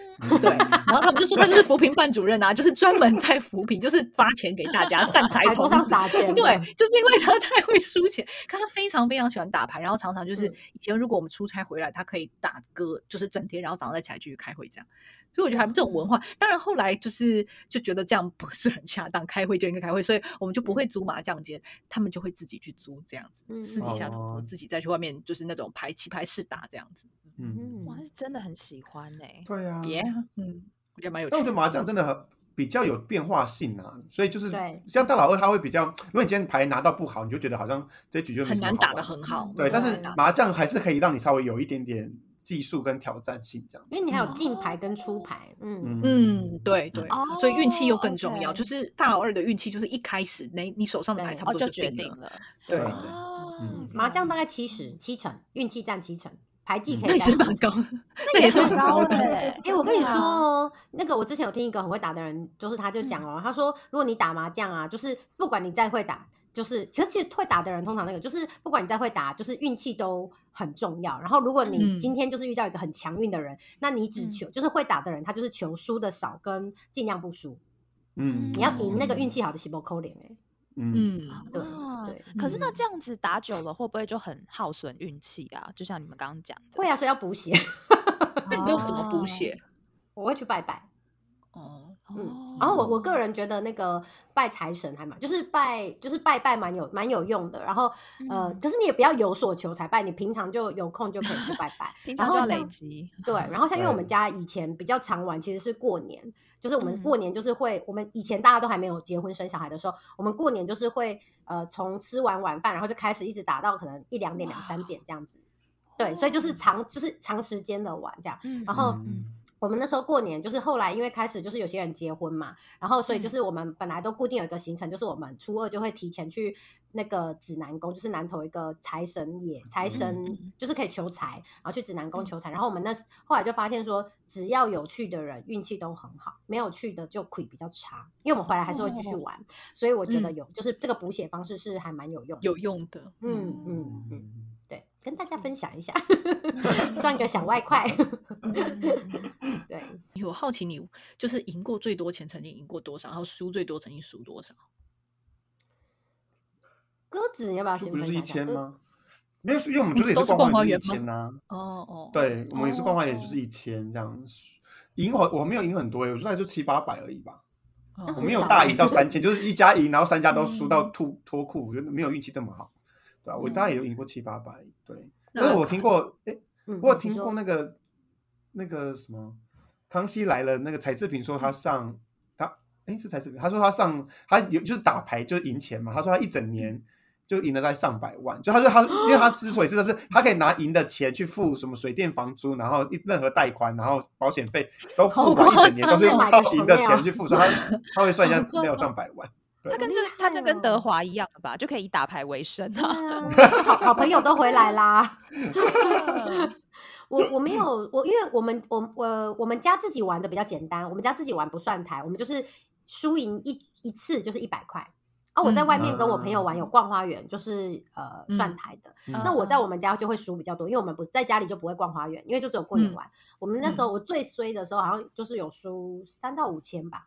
S3: 对，然后他们就说他就是扶贫办主任啊，就是专门在扶贫，就是发钱给大家散财
S1: 牌
S3: 童
S1: 桌上
S3: 子
S1: 撒钱，
S3: 对，，
S4: 嗯
S3: 就是因为他太会输钱，可他非常非常喜欢打牌，然后常常就是
S1: 嗯
S3: 以前如果我们出差回来，他可以打歌，就是整天，然后早上再起来继续开会这样。所以我觉得还这种文
S4: 哦
S3: 化，当然后来就是就觉得这样不是很恰当，开会就应该开会，所以我们就
S4: 嗯
S3: 不会租麻将间，他们就会自己去租这样子，
S1: 嗯
S3: 私底下偷偷
S4: 哦
S3: 自己再去外面就是那种排棋牌室打这样子。
S4: 嗯，
S2: 哇，
S1: 嗯
S2: 是真的很喜欢呢，
S4: 对啊。
S3: 耶、嗯，我觉得蛮有趣
S4: 但我
S3: 的。
S4: 觉得麻将真的很比较有变化性啊，所以就是
S1: 对
S4: 像大佬二，他会比较，如果你今天牌拿到不好，你就觉得好像这局就没
S3: 很
S4: 什么
S3: 难
S4: 好
S3: 打
S4: 玩嗯
S3: 的很好，嗯
S4: 对，但是
S3: 打
S4: 麻将还是可以让你稍微有一点点技术跟挑战性这样。
S1: 因为你还有进牌跟出牌，嗯，
S3: 嗯，对对，所以运气又
S2: 哦
S3: 更重要。
S2: ，OK
S3: 就是大老二的运气，就是一开始那你手上的牌
S1: 对
S3: 差
S2: 哦，
S3: 不多
S2: 就决
S3: 定
S2: 定
S3: 了。
S2: 了，
S4: 对
S3: 对
S4: 啊
S2: 哦
S4: 嗯
S1: 麻将大概七十七成，运气占七成，牌技可
S3: 那
S1: 以
S3: 也
S1: 带
S3: 是
S1: 出
S3: 蛮
S1: 去
S3: 高的，那 也是蛮
S2: 很
S3: 高
S2: 高的
S3: 的。
S2: 欸。
S1: 哎、我跟你
S2: 对
S1: 说
S2: 啊
S1: 哦，那个我之前有听一个很会打的人，就是他就讲哦，他说如果你打麻将啊，就是不管你再会打，就是其实其实会打的人通常那个就是不管你再会打，就是运气都很重要。然后如果你
S3: 嗯
S1: 今天就是遇到一个很强运的人，那你只
S2: 嗯
S1: 求就是会打的人，他就是求输的少跟尽量不输，
S4: 嗯，
S1: 你要赢那个运气好的细胞扣脸哎，
S4: 嗯，
S3: 嗯，
S1: 对
S2: 啊
S1: 对
S2: 可是那
S3: 嗯
S2: 这样子打久了，会不会就很耗损运气啊？就像你们刚刚讲的，
S1: 会啊，所以要补血，
S3: 那你都怎么补
S2: 哦？
S3: 血？
S1: 我会去拜拜。
S3: 哦，
S1: 嗯，然后我
S2: 哦
S1: 我个人觉得那个拜财神还蛮，就是拜就是拜拜蛮有蛮有用的。然后呃，
S2: 嗯。
S1: 可是你也不要有所求才拜，你平常就有空就可以去拜拜
S2: 平
S1: 然
S2: 常就
S1: 后
S2: 要累
S1: 像
S2: 积，
S1: 对，然后像因为我们
S4: 对
S1: 家以前比较常玩，其实是过年，就是我们
S2: 嗯
S1: 过年就是会，我们以前大家都还没有结婚生小孩的时候，我们过年就是会呃从吃完晚饭，然后就开始一直打到可能一两点两三点这样子。对，所以就是长就是长时间的玩这样。
S2: 嗯
S1: 然后
S4: 嗯
S1: 我们那时候过年就是后来因为开始就是有些人结婚嘛，然后所以
S2: 嗯
S1: 就是我们本来都固定有一个行程，就是我们初二就会提前去那个指南宫，就是南头一个财神爷，财神、
S2: 嗯
S1: 就是可以求财，然后去指南宫求财。然后我们那时后来就发现说，只要有去的人运气都很好，没有去的就亏比较差，因为我们回来还是会
S2: 哦
S1: 继续玩，所以我觉
S2: 嗯
S1: 得有、就是这个补血方式是还蛮有用的。
S3: 有用的。
S1: 嗯嗯
S4: 哦
S1: 嗯，对，跟大家
S2: 嗯
S1: 分享一下， 赚个小外 快。 对。
S3: 有好奇你就是赢过最多钱，曾经赢过多少？然后输最多，曾经输多少？
S1: 鸽子，你要不要
S4: 就
S1: 先
S4: 不
S1: 分
S4: 是
S1: 享
S4: 一
S1: 一下
S4: 千
S1: 鸽
S4: 吗？没有，因为我们
S3: 你
S4: 就是也
S3: 都
S4: 是
S3: 是
S4: 逛
S3: 逛花
S4: 园
S3: 园
S4: 就一千啊。
S3: 哦哦，
S4: 对，我们也是逛花园，也就
S1: 哦
S4: 是一千这样。赢我我没有赢很多耶，我大概就七八百而已吧。
S3: 哦，
S4: 我
S1: 很
S4: 没有
S1: 少
S4: 大
S1: 耶
S4: 赢到三千，就是一家赢，然后三家都输到吐脱裤，我觉得没有运气这么好，对吧、我大概也有赢过七八百，对。
S3: 那
S4: 但是我听过，哎，
S1: 嗯
S4: 我有
S1: 你
S4: 听
S1: 说
S4: 过那个那个什么《康熙来了》那个柴智屏
S1: 嗯
S4: 说他上他哎是柴智屏，他说他上他有就是打牌就是赢钱嘛，他说他一整
S1: 嗯
S4: 年就赢了在上百万，就他说他因为他之所以是他是他可以拿赢的钱去付什么水电房租，然后一任何贷款，然后保险费都付完一整年
S1: 好夸张哦
S4: 都是用
S1: 买
S4: 靠
S1: 个
S4: 赢的
S1: Chanel
S4: 钱去付，所以他 他会算一下
S1: 好夸张
S4: 没有上百万，
S2: 他跟
S1: 厉
S2: 这他就
S1: 害
S2: 跟
S1: 哦
S2: 德华一样了吧，就可以以打牌为生
S1: 对
S2: 啊。
S1: 啊 好好朋友都回来啦。
S2: 嗯
S1: 我我没 有我，因为我们我呃我我们家自己玩的比较简单，我们家自己玩不算台，我们就是输赢一一次就是一百块。啊，
S4: 嗯
S1: 我在外面跟我朋友玩有逛花园，就是呃算
S3: 嗯
S1: 台的。
S4: 嗯
S1: 那我在我们家就会输比较多，因为我们不在家里就不会逛花园，因为就只有过年
S3: 嗯
S1: 玩。我们那时候我最衰的时候好像就是有输三到五千吧，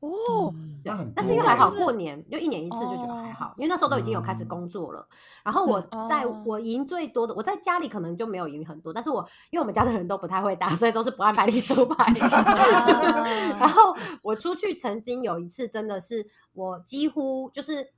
S2: 哦，
S3: 嗯
S1: 对
S4: 那很，
S1: 但是
S4: 多
S1: 因为还
S4: 欸
S1: 好
S4: 就哦嗯
S1: 过年，就一年一次就觉得还好，因为那时候都已经有开始工作了。然后我在
S2: 哦
S1: 我赢最多的，我在家里可能就没有赢很多，但是我因为我们家的人都不太会打，所以都是不按牌理出牌。
S3: 嗯
S2: 哦嗯
S4: 嗯
S1: 然后我出去曾经有一次，真的是我几乎就是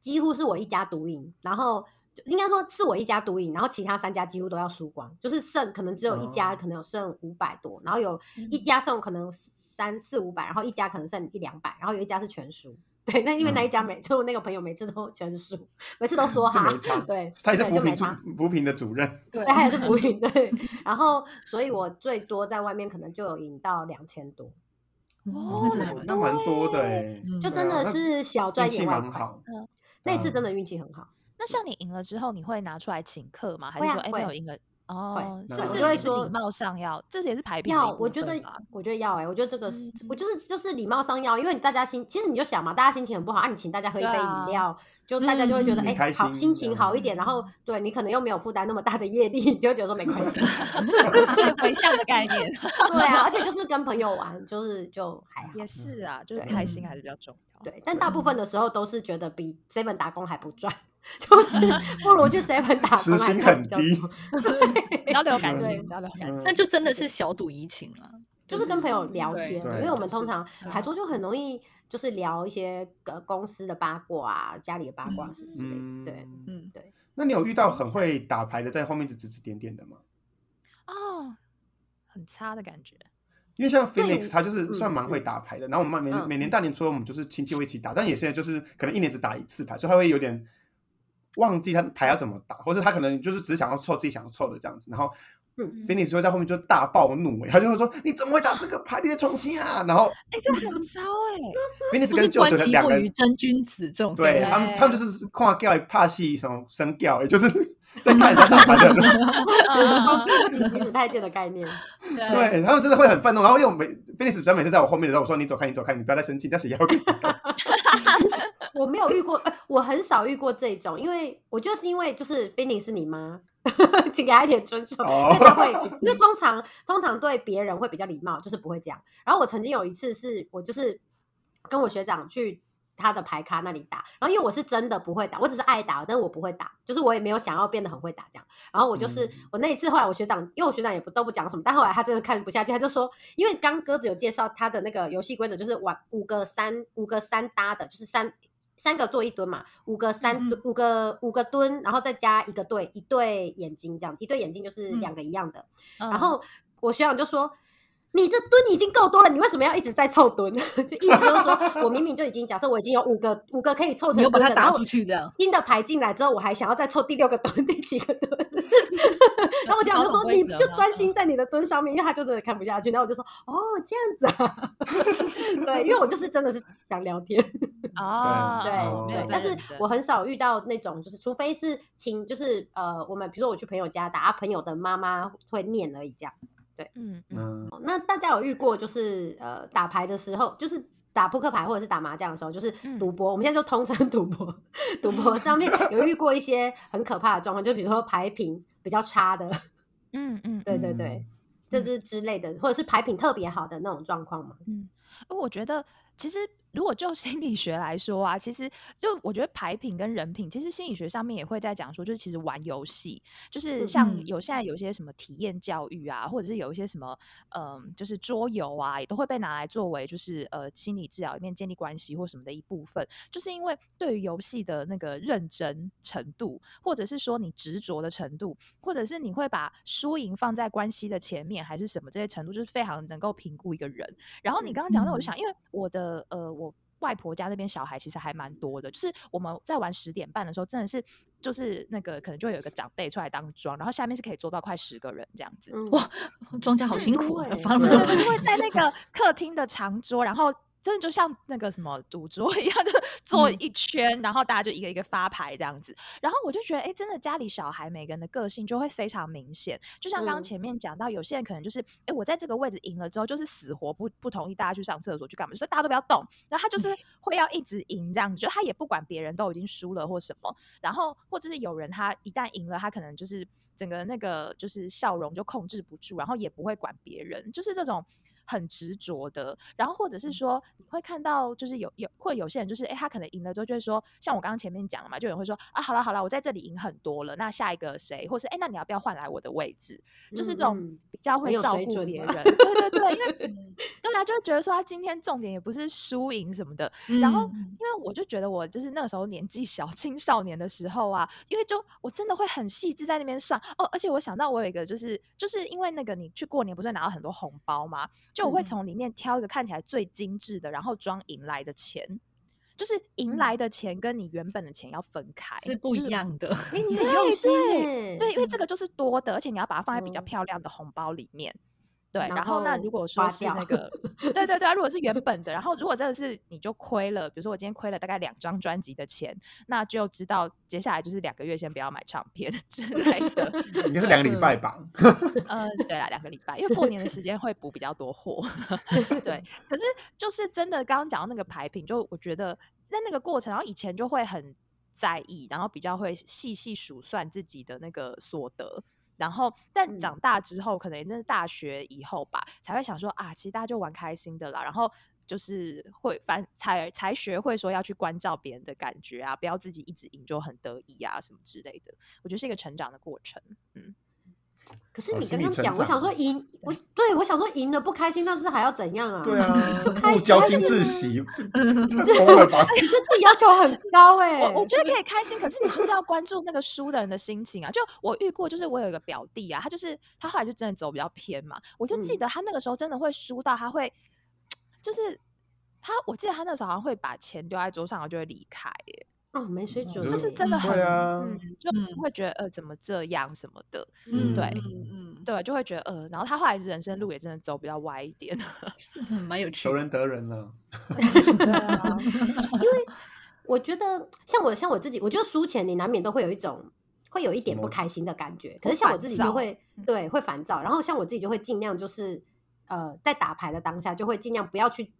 S1: 几乎是我一家独赢，然后。就应该说是我一家独赢，然后其他三家几乎都要输光，就是剩可能只有一家
S4: 哦嗯
S1: 可能有剩五百多，然后有一家剩可能三四五百，然后一家可能剩一两百，然后有一家是全输。对，那因为那一家每、就我那个朋友每次都全输，每次 都说哈
S4: 嗯没差，
S1: 对，
S4: 他也是
S1: 对
S4: 扶
S1: 就没
S4: 贫主
S1: 差
S4: 扶贫的主任，
S3: 对
S1: 对，他也是浮云，对。 然后，所
S4: 嗯
S1: 以我最多在外面可能就有赢到两千多，
S3: 哦，那真的还蛮
S4: 那蛮多的哎，
S3: 嗯
S1: 就
S4: 对
S1: 真
S4: 啊
S1: 的
S4: 那
S1: 是小赚一
S4: 运气
S1: 点外
S4: 蛮
S1: 快。
S4: 好。
S1: 那
S2: 嗯
S1: 一次真的运气很好，
S2: 那像你赢了之后，你会拿出来请客吗？还是
S1: 会啊
S2: 说，哎，没有
S1: 会
S2: 赢了？哦，
S4: 会
S2: 是不
S4: 我
S2: 是
S4: 就会
S2: 也是
S1: 说
S2: 礼貌上要，这也是牌品的
S1: 要
S2: 一部
S1: 我觉得
S2: 分吧
S1: 我觉得要哎、我觉得这个是、我
S2: 嗯
S1: 就是就是礼貌上要，因为你大家心其实你就想嘛，大家心情很不好啊，你请大家喝一
S2: 对
S1: 杯
S2: 啊
S1: 饮料，就大家就会觉得
S4: 嗯
S1: 哎、
S4: 开
S1: 好
S4: 心
S1: 心
S4: 这
S1: 情
S4: 样
S1: 好一
S2: 嗯
S1: 点，然后对你可能又没有负担那么大的业力，你就会觉得说没关 系。
S2: 是回向的概念，
S1: 对啊，而且就是跟朋友玩，就是就还好。
S2: 也是啊，就是
S1: 对
S2: 开心
S3: 嗯
S2: 还是比较重要。
S1: 对，但大部
S2: 嗯
S1: 分的时候都是觉得比 seven 打工还不赚， 就是不如 去 seven 打工，
S4: 时薪很低，
S2: 不要留感
S4: 对
S2: 情，不要留感情。
S4: 嗯
S3: 那就真的是小赌怡情了，
S1: 就是跟朋友聊
S3: 嗯对
S1: 天，
S4: 对
S1: 因为我们
S3: 就是嗯
S1: 通常
S3: 对
S1: 牌桌就很容易就是聊一些呃公司的八卦啊、家里的八卦什么之类的，对。
S4: 嗯
S3: 嗯，
S4: 那你有遇到很会打牌的在后面指指指点点的吗？
S2: 哦，很差的感觉。
S4: 因为像
S1: 那你
S4: Phoenix 他就是算蛮会打牌的，然后我们每
S1: 嗯
S4: 每年大年初二我们就是亲戚会一起打，但有些人就是可能一年只打一次牌，所以他会有点忘记他牌要怎么打，或者他可能就是只想要凑自己想要凑的这样子，然后。
S1: 嗯
S4: Phoenix 会在后面就大暴怒、欸，他就会说：“你怎么会打这个牌？你在重新啊！” 然后
S2: 哎，这很糟哎。
S4: Phoenix
S3: 就是
S4: 跟舅
S3: 观
S4: 舅的
S3: 其
S4: 两
S3: 过
S4: 个
S3: 于真君子这种，
S4: 对啊
S2: 对
S4: 他们，他们就是跨掉怕戏什么声调，也就是在看人家上牌的人。
S3: 嗯
S1: 即使太监的概念，
S2: 对，
S4: 对，他们真的会很愤怒，然后又每 f i n i s 每次在我后面的时候，我说你走开，你走开，你不要再生气，但是也要给你看
S1: 我没有遇过，哎我很少遇过这种，因为我觉得是因为就是 f i n i 是你妈， 请给她一点尊重，
S4: 哦
S1: 这才会，因为通常通常对别人会比较礼貌，就是不会这样。然后我曾经有一次是我就是跟我学长去。他的牌咖那里打，然后因为我是真的不会打，我只是爱打，但是我不会打，就是我也没有想要变得很会打这样。然后我就是、
S4: 嗯
S1: 我那一次，后来我学长，因为我学长也不都不讲什么，但后来他真的看不下去，他就说，因为刚鸽子有介绍他的那个游戏规则，就是玩五个三五个三搭的，就是三三个做一蹲嘛，五个三、
S3: 嗯
S1: 五个五个蹲，然后再加一个对一对眼睛这样，一对眼睛就是两
S3: 嗯
S1: 个一样的。然
S2: 然
S1: 后我学长就说。你的蹲已经够多了，你为什么要一直在凑蹲？ 就意思就是说，我明明就已经假设我已经有五个五个可以凑成
S3: 你又把
S1: 蹲
S3: 它
S1: 的
S3: 打
S1: 然后
S3: 出去这样。
S1: 新的牌进来之后，我还想要再凑第六个蹲、 第七个蹲， 然后我讲就说
S2: 搞懂
S1: 你
S2: 规则
S1: 就
S2: 吗
S1: 专心在你的蹲上面，因为他就真的看不下去，然后我就说哦这样子啊， 对，因为我就是真的是想聊天，
S2: 啊，
S1: 对
S4: 哦
S2: 没有
S1: 对
S2: 在，
S1: 但是
S2: 认真
S1: 我很少遇到那种就是，除非是请就是呃，我们比如说我去朋友家打，啊朋友的妈妈会念而已这样。
S2: 嗯嗯
S4: 嗯，
S1: 那大家有遇过就是呃打牌的时候，就是打扑克牌或者是打麻将的时候，就是
S2: 嗯
S1: 赌博，我们现在就通称赌博，赌博上面有遇过一些很可怕的状况，就比如说牌品比较差的，
S2: 嗯嗯，
S1: 对对对，这是之类的，或者是牌品特别好的那种状况嘛。
S2: 因为我觉得其实。如果就 心理学来说啊，其实就我觉得牌品跟人品，其实心理学上面也会在讲说，就是其实玩游戏，就是像
S3: 嗯
S2: 有现在有一些什么体验教育啊，或者是有一些什么，嗯、就是桌游啊，也都会被拿来作为就是呃心理治疗里面建立关系或什么的一部分，就是因为对于游戏的那个认真程度，或者是说你执着的程度，或者是你会把输赢放在关系的前面，还是什么这些程度，就是非常能够评估一个人。然后你
S1: 嗯
S2: 刚刚讲到，我就想，因为我的呃，我外婆家那边小孩其实还蛮多的，就是我们在玩十点半的时候，真的是就是那个可能就会有一个长辈出来当庄，然后下面是可以坐到快十个人这样子，
S1: 嗯，
S3: 哇庄家好辛苦
S1: 对
S3: 啊，帮
S2: 对
S3: 了
S2: 对对，就会在那个客厅的长桌，然后。真的就像那个什么赌桌一样，就坐
S3: 嗯
S2: 一圈，然后大家就一个一个发牌这样子。然后我就觉得，哎、真的家里小孩每个人的个性就会非常明显。就像刚刚
S1: 嗯
S2: 前面讲到，有些人可能就是，哎、我在这个位置赢了之后，就是死活不不同意大家去上厕所去干嘛，就说大家都不要动。然后他就是会要一直赢这样子，就他也不管别人都已经输了或什么。然后或者是有人他一旦赢了，他可能就是整个那个就是笑容就控制不住，然后也不会管别人，就是这种。很执着的，然后或
S1: 嗯
S2: 者是说，你会看到就是有有或者有些人就是，哎，他可能赢了之后就会说，像我刚刚前面讲了嘛，就有人会说啊，好了好了，我在这里赢很多了，那下一个谁，或是哎，那你要不要换来我的位置？就是
S1: 嗯
S2: 这种
S1: 嗯
S2: 比较
S1: 很
S2: 会
S1: 有
S2: 照
S1: 水
S2: 顾
S1: 准
S2: 别
S1: 的嗯
S2: 人，对对对，因 为对啊，就会觉得说他今天重点也不是输赢什么的，
S3: 嗯
S2: 然后因为我就觉得我就是那个时候年纪小 青少年的时候啊，因为就我真的会很细致在那边算哦，而且我想到我有一个就是就是因为那个你去过年不是会拿到很多红包吗？就我会
S3: 嗯
S2: 从里面挑一个看起来最精致的，然后装赢来的钱。就是赢
S3: 嗯
S2: 来的钱跟你原本的钱要分开，
S3: 是不
S2: 就
S3: 一样的。
S1: 哎，你很用心耶，
S2: 对，因为这个就是多的，而且你要把它放在比较
S1: 嗯
S2: 漂亮的红包里面。对，
S1: 然
S2: 然后那
S1: 后
S2: 如果
S1: 花
S2: 说是
S1: 掉
S2: 那 个，对对对啊，如果是原本的，然后如果真的是你就亏了，比如说我今天亏了大概两张专辑的钱，那就知道接下来就是两个月先不要买唱片 之类的。
S4: 应该是两个礼拜吧。
S2: 嗯，对啦，两个礼拜，因为过年的时间会补比较多货。 对，可是就是真的，刚刚讲到那个牌品，就我觉得在那个过程，然后以前就会很在意，然后比较会细细数算自己的那个所得。然后，但
S1: 嗯
S2: 长大之后，可能也真的大学以后吧，才会想说啊，其实大家就玩开心的啦。然后就是会反才才学会说要去关照别人的感觉啊，不要自己一直赢就很得意啊什么之类的。我觉得是一个成长的过程。
S1: 可是
S4: 哦
S1: 你
S4: 心
S1: 刚
S4: 理
S1: 刚
S4: 成
S1: 讲，我
S4: 长
S1: 想说赢，我对我想说赢了不开心，那是还要怎样啊？
S4: 对，啊，
S1: 开
S4: 不
S1: 心
S4: 交金自喜，
S3: 嗯
S4: 这这疯了吧？
S1: 你对自己要求很高哎。
S2: 我我觉得可以开心，可是你就是要关注那个输的人的心情啊。就我遇过，就是我有一个表弟啊，他就是他后来就真的走比较偏嘛，我就记
S1: 嗯
S2: 得他那个时候真的会输到他会，就是他我记得他那时候好像会把钱丢在桌上，然后就会离开耶，
S1: 哦，没水准，
S2: 就是真
S1: 的。
S2: 的
S3: 嗯
S2: 很
S4: 对啊
S2: 嗯，就
S3: 嗯
S2: 会觉得呃怎么这样什么的，
S3: 嗯，
S2: 对
S3: 嗯嗯，
S2: 对，就会觉得呃，然后他后来人生路也真的走比较歪一点，
S3: 是嗯蛮有趣
S4: 求
S3: 的。
S4: 人得人了，
S2: 对 啊，
S1: 我觉得像我像我自己，我觉得输钱你难免都会有一种会有一点不开心的感觉。可是像我自己就会对会烦躁，然后像我自己就会尽量就是呃，在打牌的当下就会尽量不要去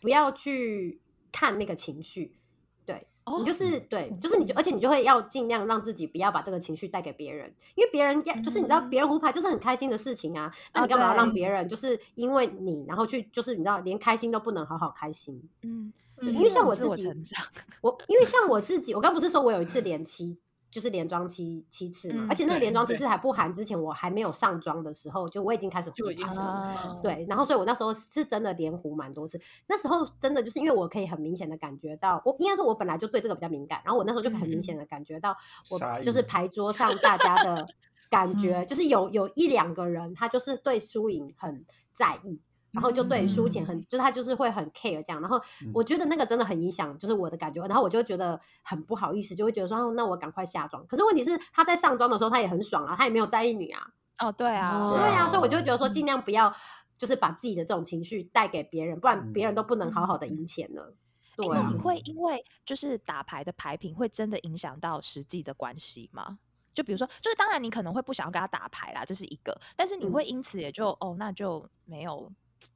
S1: 不要去看那个情绪，对。
S2: 哦
S1: 你就是对
S2: 是，
S1: 就是你
S3: 哦
S1: 就，而且你就会要尽量让自己不要把这个情绪带给别人，因为别人要就是你知道，
S3: 嗯
S1: 别人胡牌就是很开心的事情啊，
S3: 哦
S1: 那你
S2: 啊
S1: 干嘛要让
S2: 对
S1: 别人就是因为你，然后去就是你知道，连开心都不能好好开心。
S2: 嗯，
S3: 嗯
S1: 因为像
S2: 我
S1: 我
S2: 自
S1: 自
S2: 我
S1: 己
S2: 成长，
S1: 我因为像我自己，我刚不是说我有一次连七，就是连装七七次嘛，
S2: 嗯
S1: 而且那个
S3: 对
S1: 连装七
S3: 对
S1: 次还不含之前我还没有上妆的时候，就我已经开始
S3: 就已
S1: 胡
S3: 经
S1: 牌
S3: 很
S1: 了。
S2: 啊
S1: 对，然后所以我那时候是真的连胡蛮多次，那时候真的就是因为我可以很明显的感觉到，我应该说我本来就对这个比较敏感，然后我那时候就很
S2: 嗯嗯
S1: 明显的感觉到
S4: 傻
S1: 我
S4: 眼嗯
S1: 就是牌桌上大家的感觉，就是有有一两个人他就是对输赢很在意。然后就对输钱很，就是他就是会很 care 这样，然后
S4: 嗯
S1: 我觉得那个真的很影响，就是我的感觉，然后我就觉得很不好意思，就会觉得说，哦那我赶快下妆。可是问题是他在上妆的时候，他也很爽啊，他也没有在意你啊，
S2: 哦，对啊，
S1: 对啊，所以我就会觉得说，
S2: 嗯
S1: 尽量不要就是把自己的这种情绪带给别人，不然别人都不能好好的赢钱了。对
S2: 诶嗯那
S1: 啊
S2: 你
S4: 嗯，
S2: 会因为就是打牌的牌品会真的影响到实际的关系吗？就比如说，就是当然你可能会不想要跟他打牌啦，这是一个，但是你
S1: 嗯
S2: 会因此也就、哦，那就没有，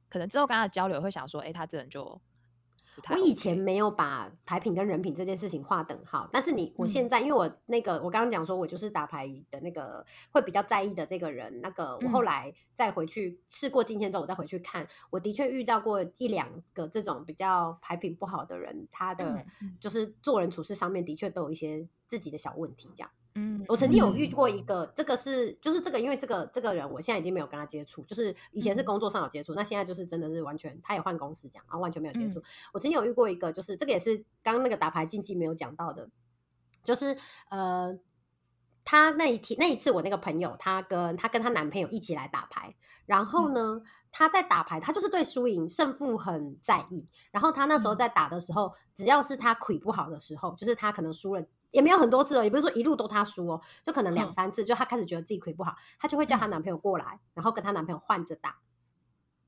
S2: 可能之后跟他的交流会想说，哎、他这人就不太
S1: 我
S2: OK、
S1: 以前没有把牌品跟人品这件事情划等号，但是你我
S2: 嗯
S1: 现在、因为我那个我刚刚讲说，我就是打牌的那个会比较在意的那个人，那个我
S2: 嗯
S1: 后来再回去试过今天之后，我再回去看，我的确遇到过一两个这种比较牌品不好的人，他的
S2: 嗯嗯
S1: 就是做人处事上面的确都有一些自己的小问题这样。
S2: 嗯，
S1: 我曾经有遇
S3: 嗯
S1: 过一个，这个是就是这个，因为这个这个人我现在已经没有跟他接触，就是以前是
S2: 嗯
S1: 工作上有接触，那现在就是真的是完全他也换公司这样，然后完全没有接触。
S2: 嗯
S1: 我曾经有遇过一个，就是这个也是刚刚那个打牌竞技没有讲到的，就是呃，她那一天那一次我那个朋友，她跟她跟她男朋友一起来打牌，然后
S2: 嗯
S1: 呢，她在打牌，她就是对输赢胜负很在意，然后他那时
S3: 嗯
S1: 候在打的时候，只要是他腿不好的时候，就是他可能输了。也没有很多次哦，也不是说一路都他输哦，就可能两
S3: 嗯
S1: 三次，就她开始觉得自己腿不好，她就会叫她男朋友过来，然后跟她男朋友换着打，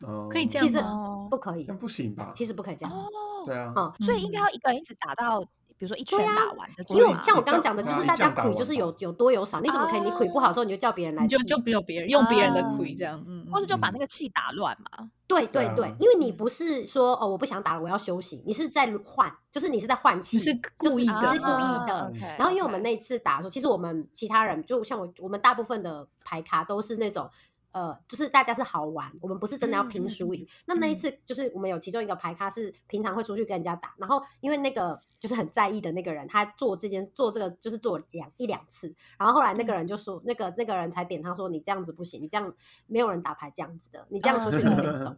S4: 哦
S3: 可以这
S1: 其
S3: 样
S1: 实
S3: 吗
S2: 哦
S1: 不可以
S3: 嗯
S4: 但，不行吧？
S1: 其实不可以这样，
S2: 哦，
S4: 对啊，
S1: 嗯
S2: 所以应该要一个人一直打到，比如说一拳
S1: 对啊
S2: 打完这种
S1: 因为
S2: 吗
S1: 像我
S4: 你
S1: 刚刚
S4: 叫
S1: 讲的，就
S4: 他
S1: 是
S4: 你
S1: 大
S4: 这
S1: 家
S4: 样打
S1: 苦
S4: 完
S1: 就是
S4: 吧
S1: 有有多有少，你怎么可以你苦不好的时候你就叫别人来
S3: 啊哦你就
S1: 替
S3: 就没有别人用别人的亏这样，嗯，
S2: 或者就把
S4: 嗯
S2: 那个气打乱嘛。
S1: 对对
S4: 啊
S1: 对，因为你不是说哦我不想打了我要休息，你是在换，就是你是在换气，
S3: 你是
S1: 就是
S3: 故意的嗯
S1: 你是故
S2: 啊
S1: 意的。
S2: OK，
S1: 然后因为我们
S2: 哦 OK
S1: 那一次打的时候，其实我们其他人就像我，我们大部分的牌卡都是那种。呃，就是大家是好玩，我们不是真的要
S2: 嗯
S1: 拼
S2: 嗯
S1: 输赢。那那一
S2: 嗯
S1: 次就是我们有其中一个牌咖是平常会出去跟人家打，然后因为那个就是很在意的那个人，他做这件做这个就是做两一两次，然后后来那
S2: 嗯
S1: 个人就说，那个那个人才点他说你这样子不行，你这样没有人打牌这样子的，你这样出去
S2: 哦
S1: 你会 走，
S2: 嗯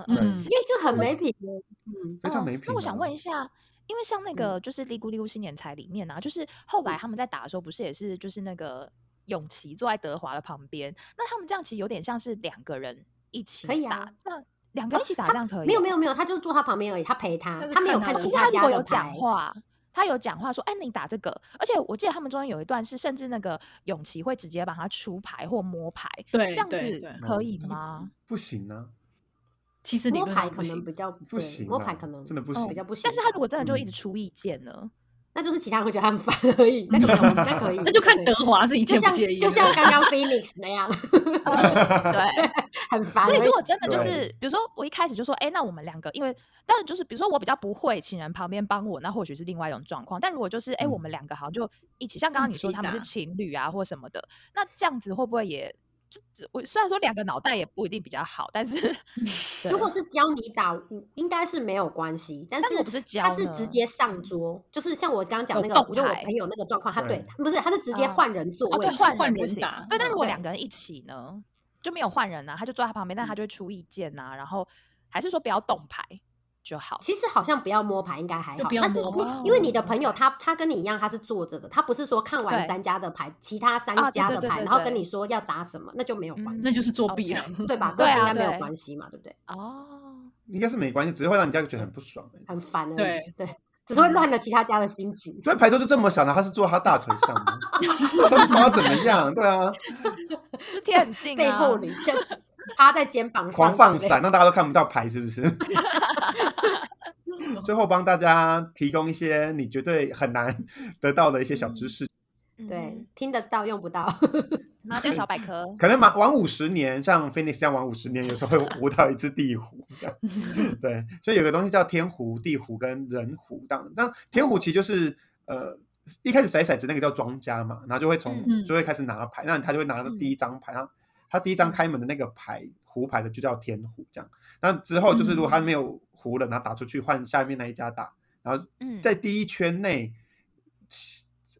S2: 嗯
S4: 嗯
S3: 嗯
S1: 因为就很没 品。嗯
S4: 非常
S2: 哦
S4: 没品。啊嗯
S2: 那我想问一，下，因为像那个就是《利咕利咕新年财》里面啊，就是后来他们在打的时候，不是也是就是那个永琪坐在德华的旁边，那他们这样其实有点像是两个人一起
S1: 可以
S2: 打，
S1: 啊
S2: 这样两个人一起打这样可以？
S1: 没有没，有没有，他就坐他旁边而已，他陪他
S3: 他是，
S1: 他没有看
S3: 看他
S1: 其
S2: 其实他如
S1: 家
S2: 果有
S1: 的
S2: 讲
S1: 牌。
S2: 话。他有讲话说：“哎，你打这个。”而且我记得他们中间有一段是，甚至那个永琪会直接帮他出牌或摸牌，
S3: 对
S2: 这样
S3: 对
S2: 子
S3: 对
S2: 可
S4: 嗯
S2: 以
S1: 嗯
S2: 吗？
S4: 不行啊，
S3: 其实理
S1: 摸
S3: 论
S1: 牌
S3: 上不
S1: 可能比
S3: 行，
S1: 较
S4: 不
S1: 对
S4: 行啊，
S1: 摸牌可能
S4: 真的不
S1: 嗯
S4: 行
S1: 比较不行。
S2: 但是他如果真的就一直
S4: 嗯
S2: 出意见 呢？
S1: 那就是其他人会觉得他很烦而已，那个可能那可以，
S3: 那就看
S1: 对
S3: 德华自己
S1: 就
S3: 介不
S1: 像
S3: 介意了，
S1: 就像刚 刚 Phoenix 那样，
S2: 对，
S1: 很烦而
S2: 所
S1: 已。
S2: 以如果真的就
S4: 对
S2: 是，比如说我一开始就说，哎、那我们两个，因为当然就是，比如说我比较不会，请人旁边帮我，那或许是另外一种状况。但如果就是，哎、我
S4: 嗯
S2: 们两个好像就一起，像刚刚
S3: 一
S2: 你说
S3: 起
S2: 他们是
S3: 打
S2: 情侣啊或什么的，那这样子会不会也？就我虽然说两个脑袋也不一定比较好，但是
S1: 嗯
S2: 对
S1: 如果是教你打，嗯应该是没有关系，但
S2: 但是
S1: 是
S2: 我不是教
S1: 他是
S2: 呢
S1: 直接上桌，就是像我刚刚讲
S2: 有
S1: 那个，
S2: 动
S1: 我就我
S2: 态
S1: 朋友那个状况，他对
S4: 对
S1: 不是他是直接
S2: 哦
S1: 换人座
S2: 哦
S1: 位
S2: 对
S1: 置，
S2: 换
S3: 换
S2: 人不
S3: 人
S2: 行
S3: 打
S2: 对，但如果
S3: 对
S2: 两个人一起呢，就没有换人啊，他就坐在他旁边，但
S1: 嗯
S2: 他就会出意见呐、然后还是说不要动牌就好。
S1: 其实好像不要摸牌应该还
S3: 就
S1: 好
S3: 不，要
S1: 但是
S3: 摸
S1: 你
S2: 牌
S1: 因为你的朋友他他跟你一样，他是坐着的，他不是说看完
S2: 对
S1: 三家的牌，其他三
S2: 啊对
S1: 家
S2: 对
S1: 的
S2: 对
S1: 牌，
S2: 对
S1: 然后
S2: 对
S1: 跟你说要打什么，那就没有关
S2: 嗯
S1: 系，
S3: 那就是作弊了。
S1: 对吧？
S2: 嗯
S1: 跟
S2: 对
S1: 应
S2: 啊
S1: 该没有
S2: 对
S1: 关系嘛，对不对？
S2: 哦，
S4: 应该是没关系，只是会让人家觉得很不爽欸而已。
S1: 很烦而已，
S3: 对
S1: 对，只是会乱了其他家的心情。
S4: 对，牌桌就这么小，然后他是坐他大腿上吗？ 他想要怎么样？对啊，
S2: 就贴很近、啊，
S1: 背后里就趴在肩膀上，
S4: 狂放闪，，让大家都看不到牌，是不是？ 最后帮大家提供一些你绝对很难得到的一些小知识。
S2: 嗯
S1: 对，听得到用不 到。
S2: 麻将小百科，
S4: 可能晚晚五十年，像 Phoenix 这样晚五十年，有时候会舞蹈一次地虎这样。 对，所以有个东西叫天胡、地虎跟人胡。当然，那天胡其实就是呃一开始骰骰子那个叫庄家嘛，然后就会从、
S3: 嗯
S4: 就会开始拿牌，那他就会拿到第一张牌，然后他第一张开门的那个牌胡牌的就叫天胡这样。那之后就是如果他没有胡了，然后打出去换下面那一家打，然后
S2: 嗯，
S4: 在第一圈内，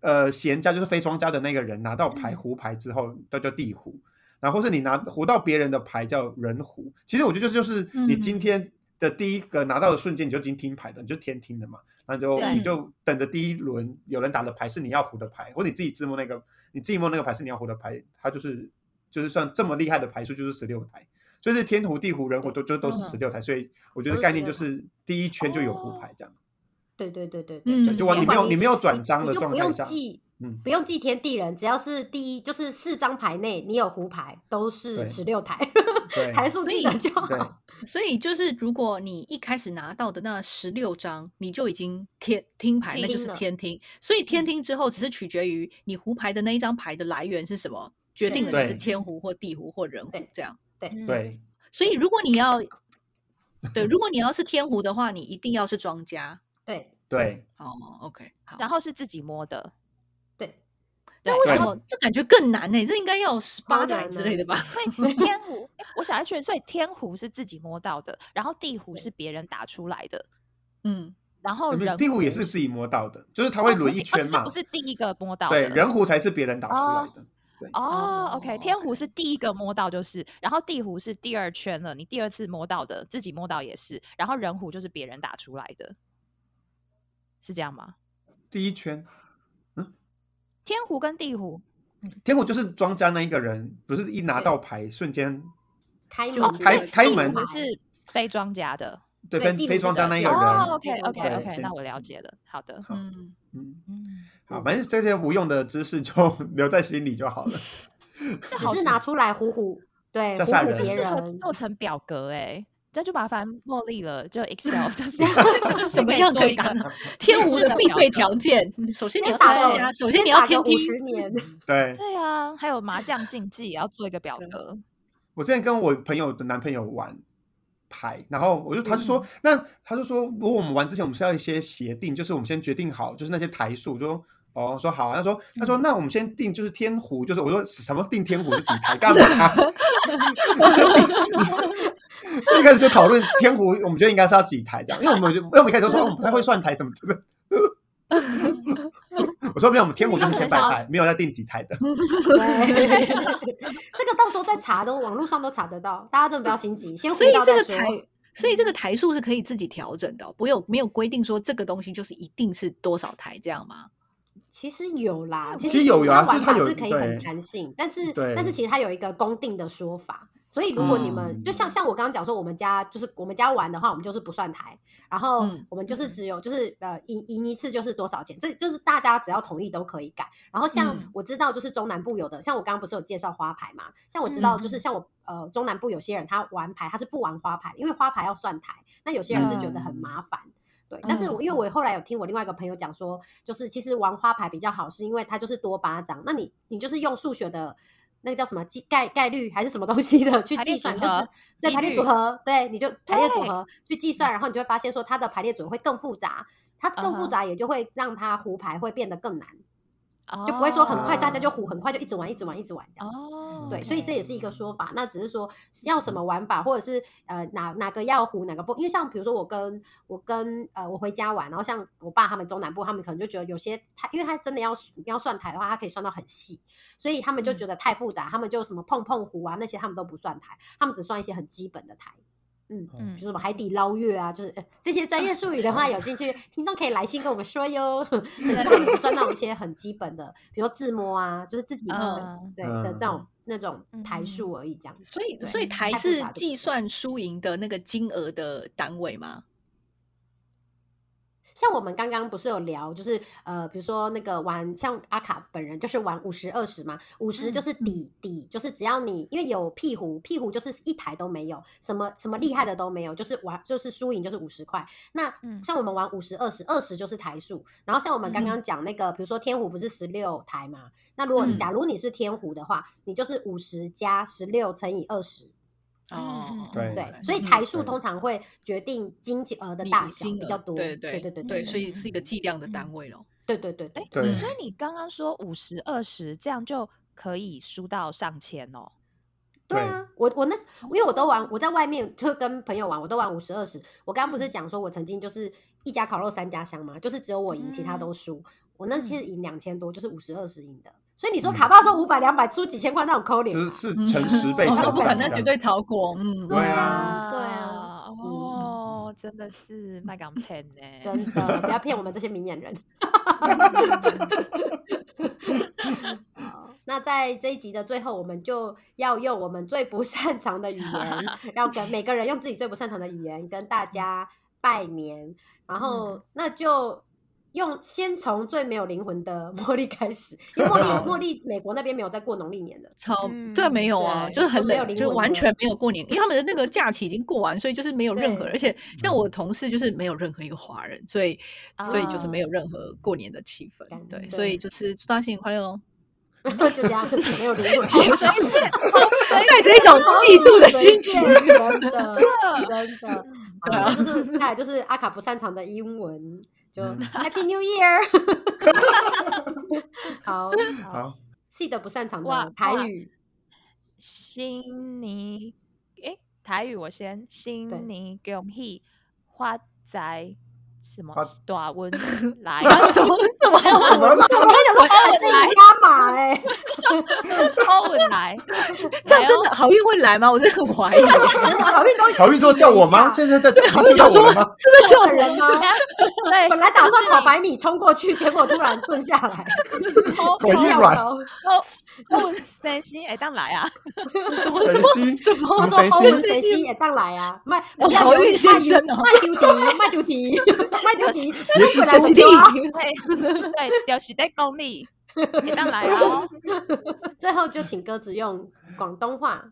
S4: 呃，闲家就是非庄家的那个人拿到牌
S2: 嗯
S4: 胡牌之后，叫叫地胡，然后或是你拿胡到别人的牌叫人胡。其实我觉得就是
S1: 嗯
S4: 就是你今天的第一个拿到的瞬间，你就已经听牌的，你就天听的嘛，然后你就
S1: 对
S4: 你就等着第一轮有人打的牌是你要胡的牌，或你自己自摸那个你自己摸那个牌是你要胡的牌，它就是就是算这么厉害的牌数就是十六台。所以是天胡、地胡、人胡都就都是
S2: 嗯
S4: 十六台，所以我觉
S1: 都
S4: 得
S1: 是
S4: 概念就
S1: 16台
S4: 是第一圈就有胡牌这样。
S1: 对对对对对，
S3: 嗯
S1: 就是
S4: 就完
S1: 不
S4: 你没
S1: 管
S4: 有你没有转
S1: 你
S4: 章的
S1: 就
S4: 状
S1: 不
S4: 态
S1: 用
S4: 下，
S1: 记，
S4: 嗯，
S1: 不用记天地人，只要是第一，就是四张牌内你有胡牌，都是
S4: 对
S1: 十六台，
S4: 对
S1: 台数记得就
S2: 嗯
S4: 对
S1: 好。
S3: 所以就是，如果你一开始拿到的那十六张，你就已经天听牌，那就
S1: 听
S3: 是
S1: 了
S3: 天听。所以天听之后，只是取决于你胡牌的那一张牌的来源是什么，决定了你是
S4: 对
S3: 天胡或地胡或人胡
S1: 对
S3: 这样。
S2: 嗯，
S4: 对
S3: 所以如果你 要对，如果你要是天胡的话，你一定要是庄家。
S1: 对
S4: 对，
S3: 哦，OK，好。
S2: 然后是自己摸的，
S1: 对，
S3: 嗯那为
S4: 对
S3: 什么这感觉更难呢、这应该要十八
S1: 超
S3: 台
S1: 难
S3: 之
S1: 啊
S3: 类的吧？
S2: 所以天胡，诶我想要确认，所以天胡是自己摸到的，然后地胡
S1: 对
S2: 是别人打出来的，
S3: 嗯，
S2: 然后
S4: 没有
S2: 哦人
S4: 地虎也呃是自己摸到的，就是它会轮一圈
S2: 哦
S4: 嘛
S2: 不，是第一个摸到
S4: 对，
S2: 的，
S4: 人虎才是别人打出来的，
S2: 哦，OK，
S3: 哦
S2: 天胡
S3: ，OK
S2: 是第一个摸到就是，然后地胡是第二圈了，你第二次摸到的，自己摸到也是，然后人胡就是别人打出来的，是这样吗？
S4: 第一圈。
S2: 天胡跟地胡
S4: 天虎就是庄家那一个人，不是一拿到牌瞬间
S1: 开
S3: 就
S2: 哦
S1: 门
S3: 开
S1: 对
S4: 开
S1: 地
S4: 门
S1: 胡
S2: 不
S1: 牌
S2: 是非庄家的
S4: 对
S1: 对
S4: 分
S1: 地虎
S4: 非庄家那一个
S1: 是的
S2: 哦
S4: 人，
S2: ，OK
S1: 非
S2: OK
S1: 庄
S2: OK，
S4: 家对
S2: 那
S4: 先
S2: 我了解了，好的，
S4: 好
S3: 嗯，
S4: 嗯，
S2: 嗯，
S4: 好，反正这些无用的知识就 留在心里就好了。
S1: 只是拿出来唬唬，对，唬
S4: 吓吓
S1: 唬
S4: 人
S2: 这
S1: 别
S2: 适合
S1: 人。
S2: 做成表格哎、这就麻烦茉莉了， 就 Excel 就是 是不是
S3: 什么
S2: 可以
S3: 样
S2: 做
S3: 可以
S2: 一个
S3: 打天
S2: 定
S3: 胡
S2: 制
S3: 的
S2: 的
S3: 必
S2: 表
S3: 备
S2: 格
S3: 条件，嗯首先你
S1: 先
S3: 要是
S1: 打
S3: 庄
S1: 个
S3: 家，首先你要天
S1: 五
S3: 听。
S1: 十年，
S3: 嗯
S4: 对，
S2: 对啊，还有麻将竞技也要做一个表
S3: 对
S2: 格，
S4: 我之前跟我朋友的男朋友玩牌，然后我就他就说，
S3: 嗯
S4: 那他就说，如果我们玩之前，我们是要一些协定，就是我们先决定好，就是那些台数，我就说哦，说好啊。他说，他
S3: 嗯
S4: 说，那我们先定就是天胡，就是我说什么定天胡是几台，干嘛？啊 我先定。一开始就讨论天胡，我们觉得应该是要几台这样，因为我们就因为我们一开始就说哦我们不太会算台什么之类的。 我说没有，我们天胡就是先摆牌，没有再定几台的。
S1: 对， 这个到时候再查都网络上都查得到，大家真的不要心急，先
S3: 所以
S1: 唬到
S3: 这
S1: 再
S3: 个
S1: 说。
S3: 台，所以这个台数是可以自己调整的哦、不有没有规定说这个东西就是一定是多少台这样吗？
S1: 其实有啦，其
S4: 其实有
S1: 其
S4: 有啊
S1: 它玩
S4: 就是它
S1: 法
S4: 有
S1: 是可以很
S4: 对
S1: 弹性，但是
S4: 对
S1: 但是其实它有一个公定的说法，所以如果你们、
S4: 嗯
S1: 就像像我刚刚讲说，我们家就是我们家玩的话，我们就是不算台，然后
S3: 嗯
S1: 我们就是只有就是呃赢赢一次就是多少钱，这就是大家只要同意都可以改。然后像
S3: 嗯
S1: 我知道就是中南部有的，像我刚刚不是有介绍花牌嘛，像
S4: 嗯
S1: 我知道就是像我呃中南部有些人他玩牌他是不玩花牌，因为花牌要算台，那有些人是觉得很
S4: 嗯
S1: 麻烦。对，但
S2: 嗯
S1: 是我因为我后来有听我另外一个朋友讲说，就是其实玩花牌比较好，是因为它就是多八张，那你你就是用数学的那个叫什么计概概率还是什么东西的去
S2: 排列
S1: 计算，
S2: 组
S1: 你就
S2: 合
S1: 知对
S2: 几
S1: 排列组
S2: 率
S1: 合，对你就排列组
S2: 对
S1: 合去计算，然后你就会发现说它的排列组合会更复杂，它更
S2: 嗯
S1: 复
S2: 哼
S1: 杂也就会让它胡牌会变得更难，
S2: 就
S1: 啊就不会说很快大
S4: 哦
S1: 家就胡，很快就一直玩一直玩一直玩这样子。
S2: 哦，
S1: 对，所以这也是一个说法。那只是说要什么玩法，或者是呃哪哪个要胡哪个不，因为像比如说我跟我跟呃我回家玩，然后像我爸他们中南部，他们可能就觉得有些他，因为他真的要要算台的话，他可以算到很细，所以他们就觉得太复杂，他们就什么碰碰胡啊那些他们都不算台，他们只算一些很基本的台。嗯，
S2: 嗯
S1: 比如什么海底捞月啊，就是、呃这些专业术语的话，有兴趣听众可以来信跟我们说哟。 对，就是他们只算到一些很基本的，比如说自摸啊，就是自己的
S2: 嗯
S1: 对的那种
S4: 嗯
S1: 那种台数而已，这样子。
S3: 所以
S1: 对
S3: 所以台
S1: 太复
S3: 是
S1: 杂对
S3: 计算输赢的那个金额的单位吗？
S1: 像我们刚刚不是有聊，就是呃，比如说那个玩，像阿卡本人就是玩五十二十嘛，五十
S3: 嗯
S1: 就是底、底，就是只要你因为有屁股，屁股就是一台都没有，什么什么厉害的都没有，就是玩就是输赢就是五十块。那
S2: 嗯
S1: 像我们玩五十二十，二十就是台数，然后像我们
S3: 嗯
S1: 刚刚讲那个，比如说天胡不是十六台嘛，那如果你
S3: 嗯
S1: 假如你是天胡的话，你就是五十加十六乘以二十，
S3: 哦，
S4: 对
S1: 对，所以台数通常会决定金额的
S3: 你
S1: 大小
S3: 金
S1: 比较
S3: 额
S1: 多。
S3: 对
S1: 对
S3: 对
S1: 对
S2: 对
S3: 所以是一个
S2: 嗯
S3: 计量的单
S2: 嗯
S3: 位咯。
S1: 对对对
S2: 哎
S1: 对，，
S4: 对
S2: 所以你刚刚说五十二十，这样就可以输到上千哦。
S1: 对
S4: 对
S1: 啊，我我那时因为我都玩，我在外面就跟朋友玩，我都玩五十二十。我刚刚
S4: 嗯
S1: 不是讲说我曾经就是一家烤肉三家香嘛，就是只有我赢，其他
S2: 嗯
S1: 都输。我那次
S2: 嗯
S1: 赢两千多，就是五十二十赢的。所以你说
S4: 嗯
S1: 卡巴说五百两百出几千块那种抠脸
S4: 就
S1: 吧，
S4: 是是乘十倍
S2: 哦
S4: 成
S3: 哦，那
S4: 长，
S3: 不可能，
S4: 这
S3: 那绝
S4: 样
S3: 对超过。嗯，
S4: 对啊
S2: 哇
S1: 对啊，
S2: 哦，真的是麦港 pen 呢。
S1: 真 的不要骗我们这些明眼人。 好那在这一集的最后，我们就要用我们最不擅长的语 言，让跟每个人用自己最不擅长的语言跟大家拜年。然
S3: 嗯
S1: 后，那就用先从最没有灵魂的茉莉开始，因为茉 莉茉莉美国那边没有在过农历年的。
S3: 超对，没有啊，
S2: 对
S3: 就是
S1: 嗯
S3: 很
S1: 就没有
S3: 冷，
S1: 灵
S3: 就是
S1: 魂
S3: 完
S1: 了
S3: 全没有过年，因为他们的那个假期已经过完，所以就是没有任何，
S1: 对嗯
S3: 而且像我同事就是没有任何一个华人，所以所以就是没
S2: 啊
S3: 有任何过年的气氛
S1: 感，
S3: 对，
S1: 觉
S3: 所以就是祝大家新年快乐哦喽，
S1: 就这样，没有灵魂，
S3: 结束带着一 种嫉妒的心情，
S1: 真的，真的。
S3: 对
S1: 然后
S3: 啊，
S1: 就是再来就是阿卡不擅长的英文，就 Happy New Year。好，好，
S4: 好，
S1: 细的不擅长
S2: 哇
S1: 的台语，
S2: 新年，诶，台语我先，
S1: 对
S2: 新年恭喜发财，什么
S4: 发
S2: 大运来，
S3: 什么什么
S4: 怎么了？
S1: 啊自己加码哎、
S2: 好运来，
S3: 这样
S2: 来
S3: 真
S2: 哦
S3: 的好运会来吗？我真的很怀疑，
S1: 好 运都
S4: 好运说叫我吗？现在在
S3: 好
S4: 叫
S3: 运
S4: 叫
S3: 想
S4: 我
S3: 说
S4: 了
S3: 真
S4: 吗？
S3: 的叫
S1: 有
S3: 人
S1: 人吗？
S2: 对，
S1: 本来打算跑百米冲过去，结果突然蹲下来，
S2: 好
S4: 口音
S1: 跳
S4: 软
S1: 高
S2: 好运三星，哎，当来啊，
S3: 什么什
S4: 神
S3: 么
S4: 心
S3: 什么
S4: 什 么神
S1: 好
S4: 仙
S1: 运谁吸也当来啊！卖
S3: 哦好运先生哦
S1: 卖丢迪，卖丢迪，卖丢迪，
S4: 别自
S1: 本来
S4: 中
S1: 是
S4: 立
S1: 丢啊
S2: 对对，就是在公里，哎，当来啊哦，
S1: 最后就请鸽子用广东话，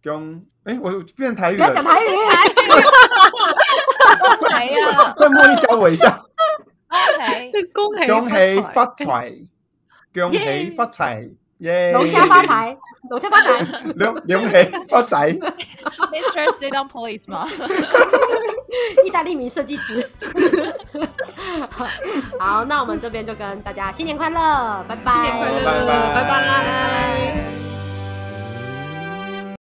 S4: 中，哎，我变台语
S1: 不要讲
S4: 了，
S1: 台语，
S2: 恭喜呀，
S4: 那茉莉教我一下。
S2: 恭喜。
S3: 这恭喜
S4: 恭喜
S3: 发财
S4: 发财，恭喜发财，耶！
S1: 龙虾发，财，龙虾发财。
S4: 龙龙虾发财，
S2: Mr. Sit on Police 吗？
S1: 意大利名设计师。 好，那我们这边就跟大家新年快乐，拜拜，
S3: 新年快乐，
S4: 拜拜
S3: 拜拜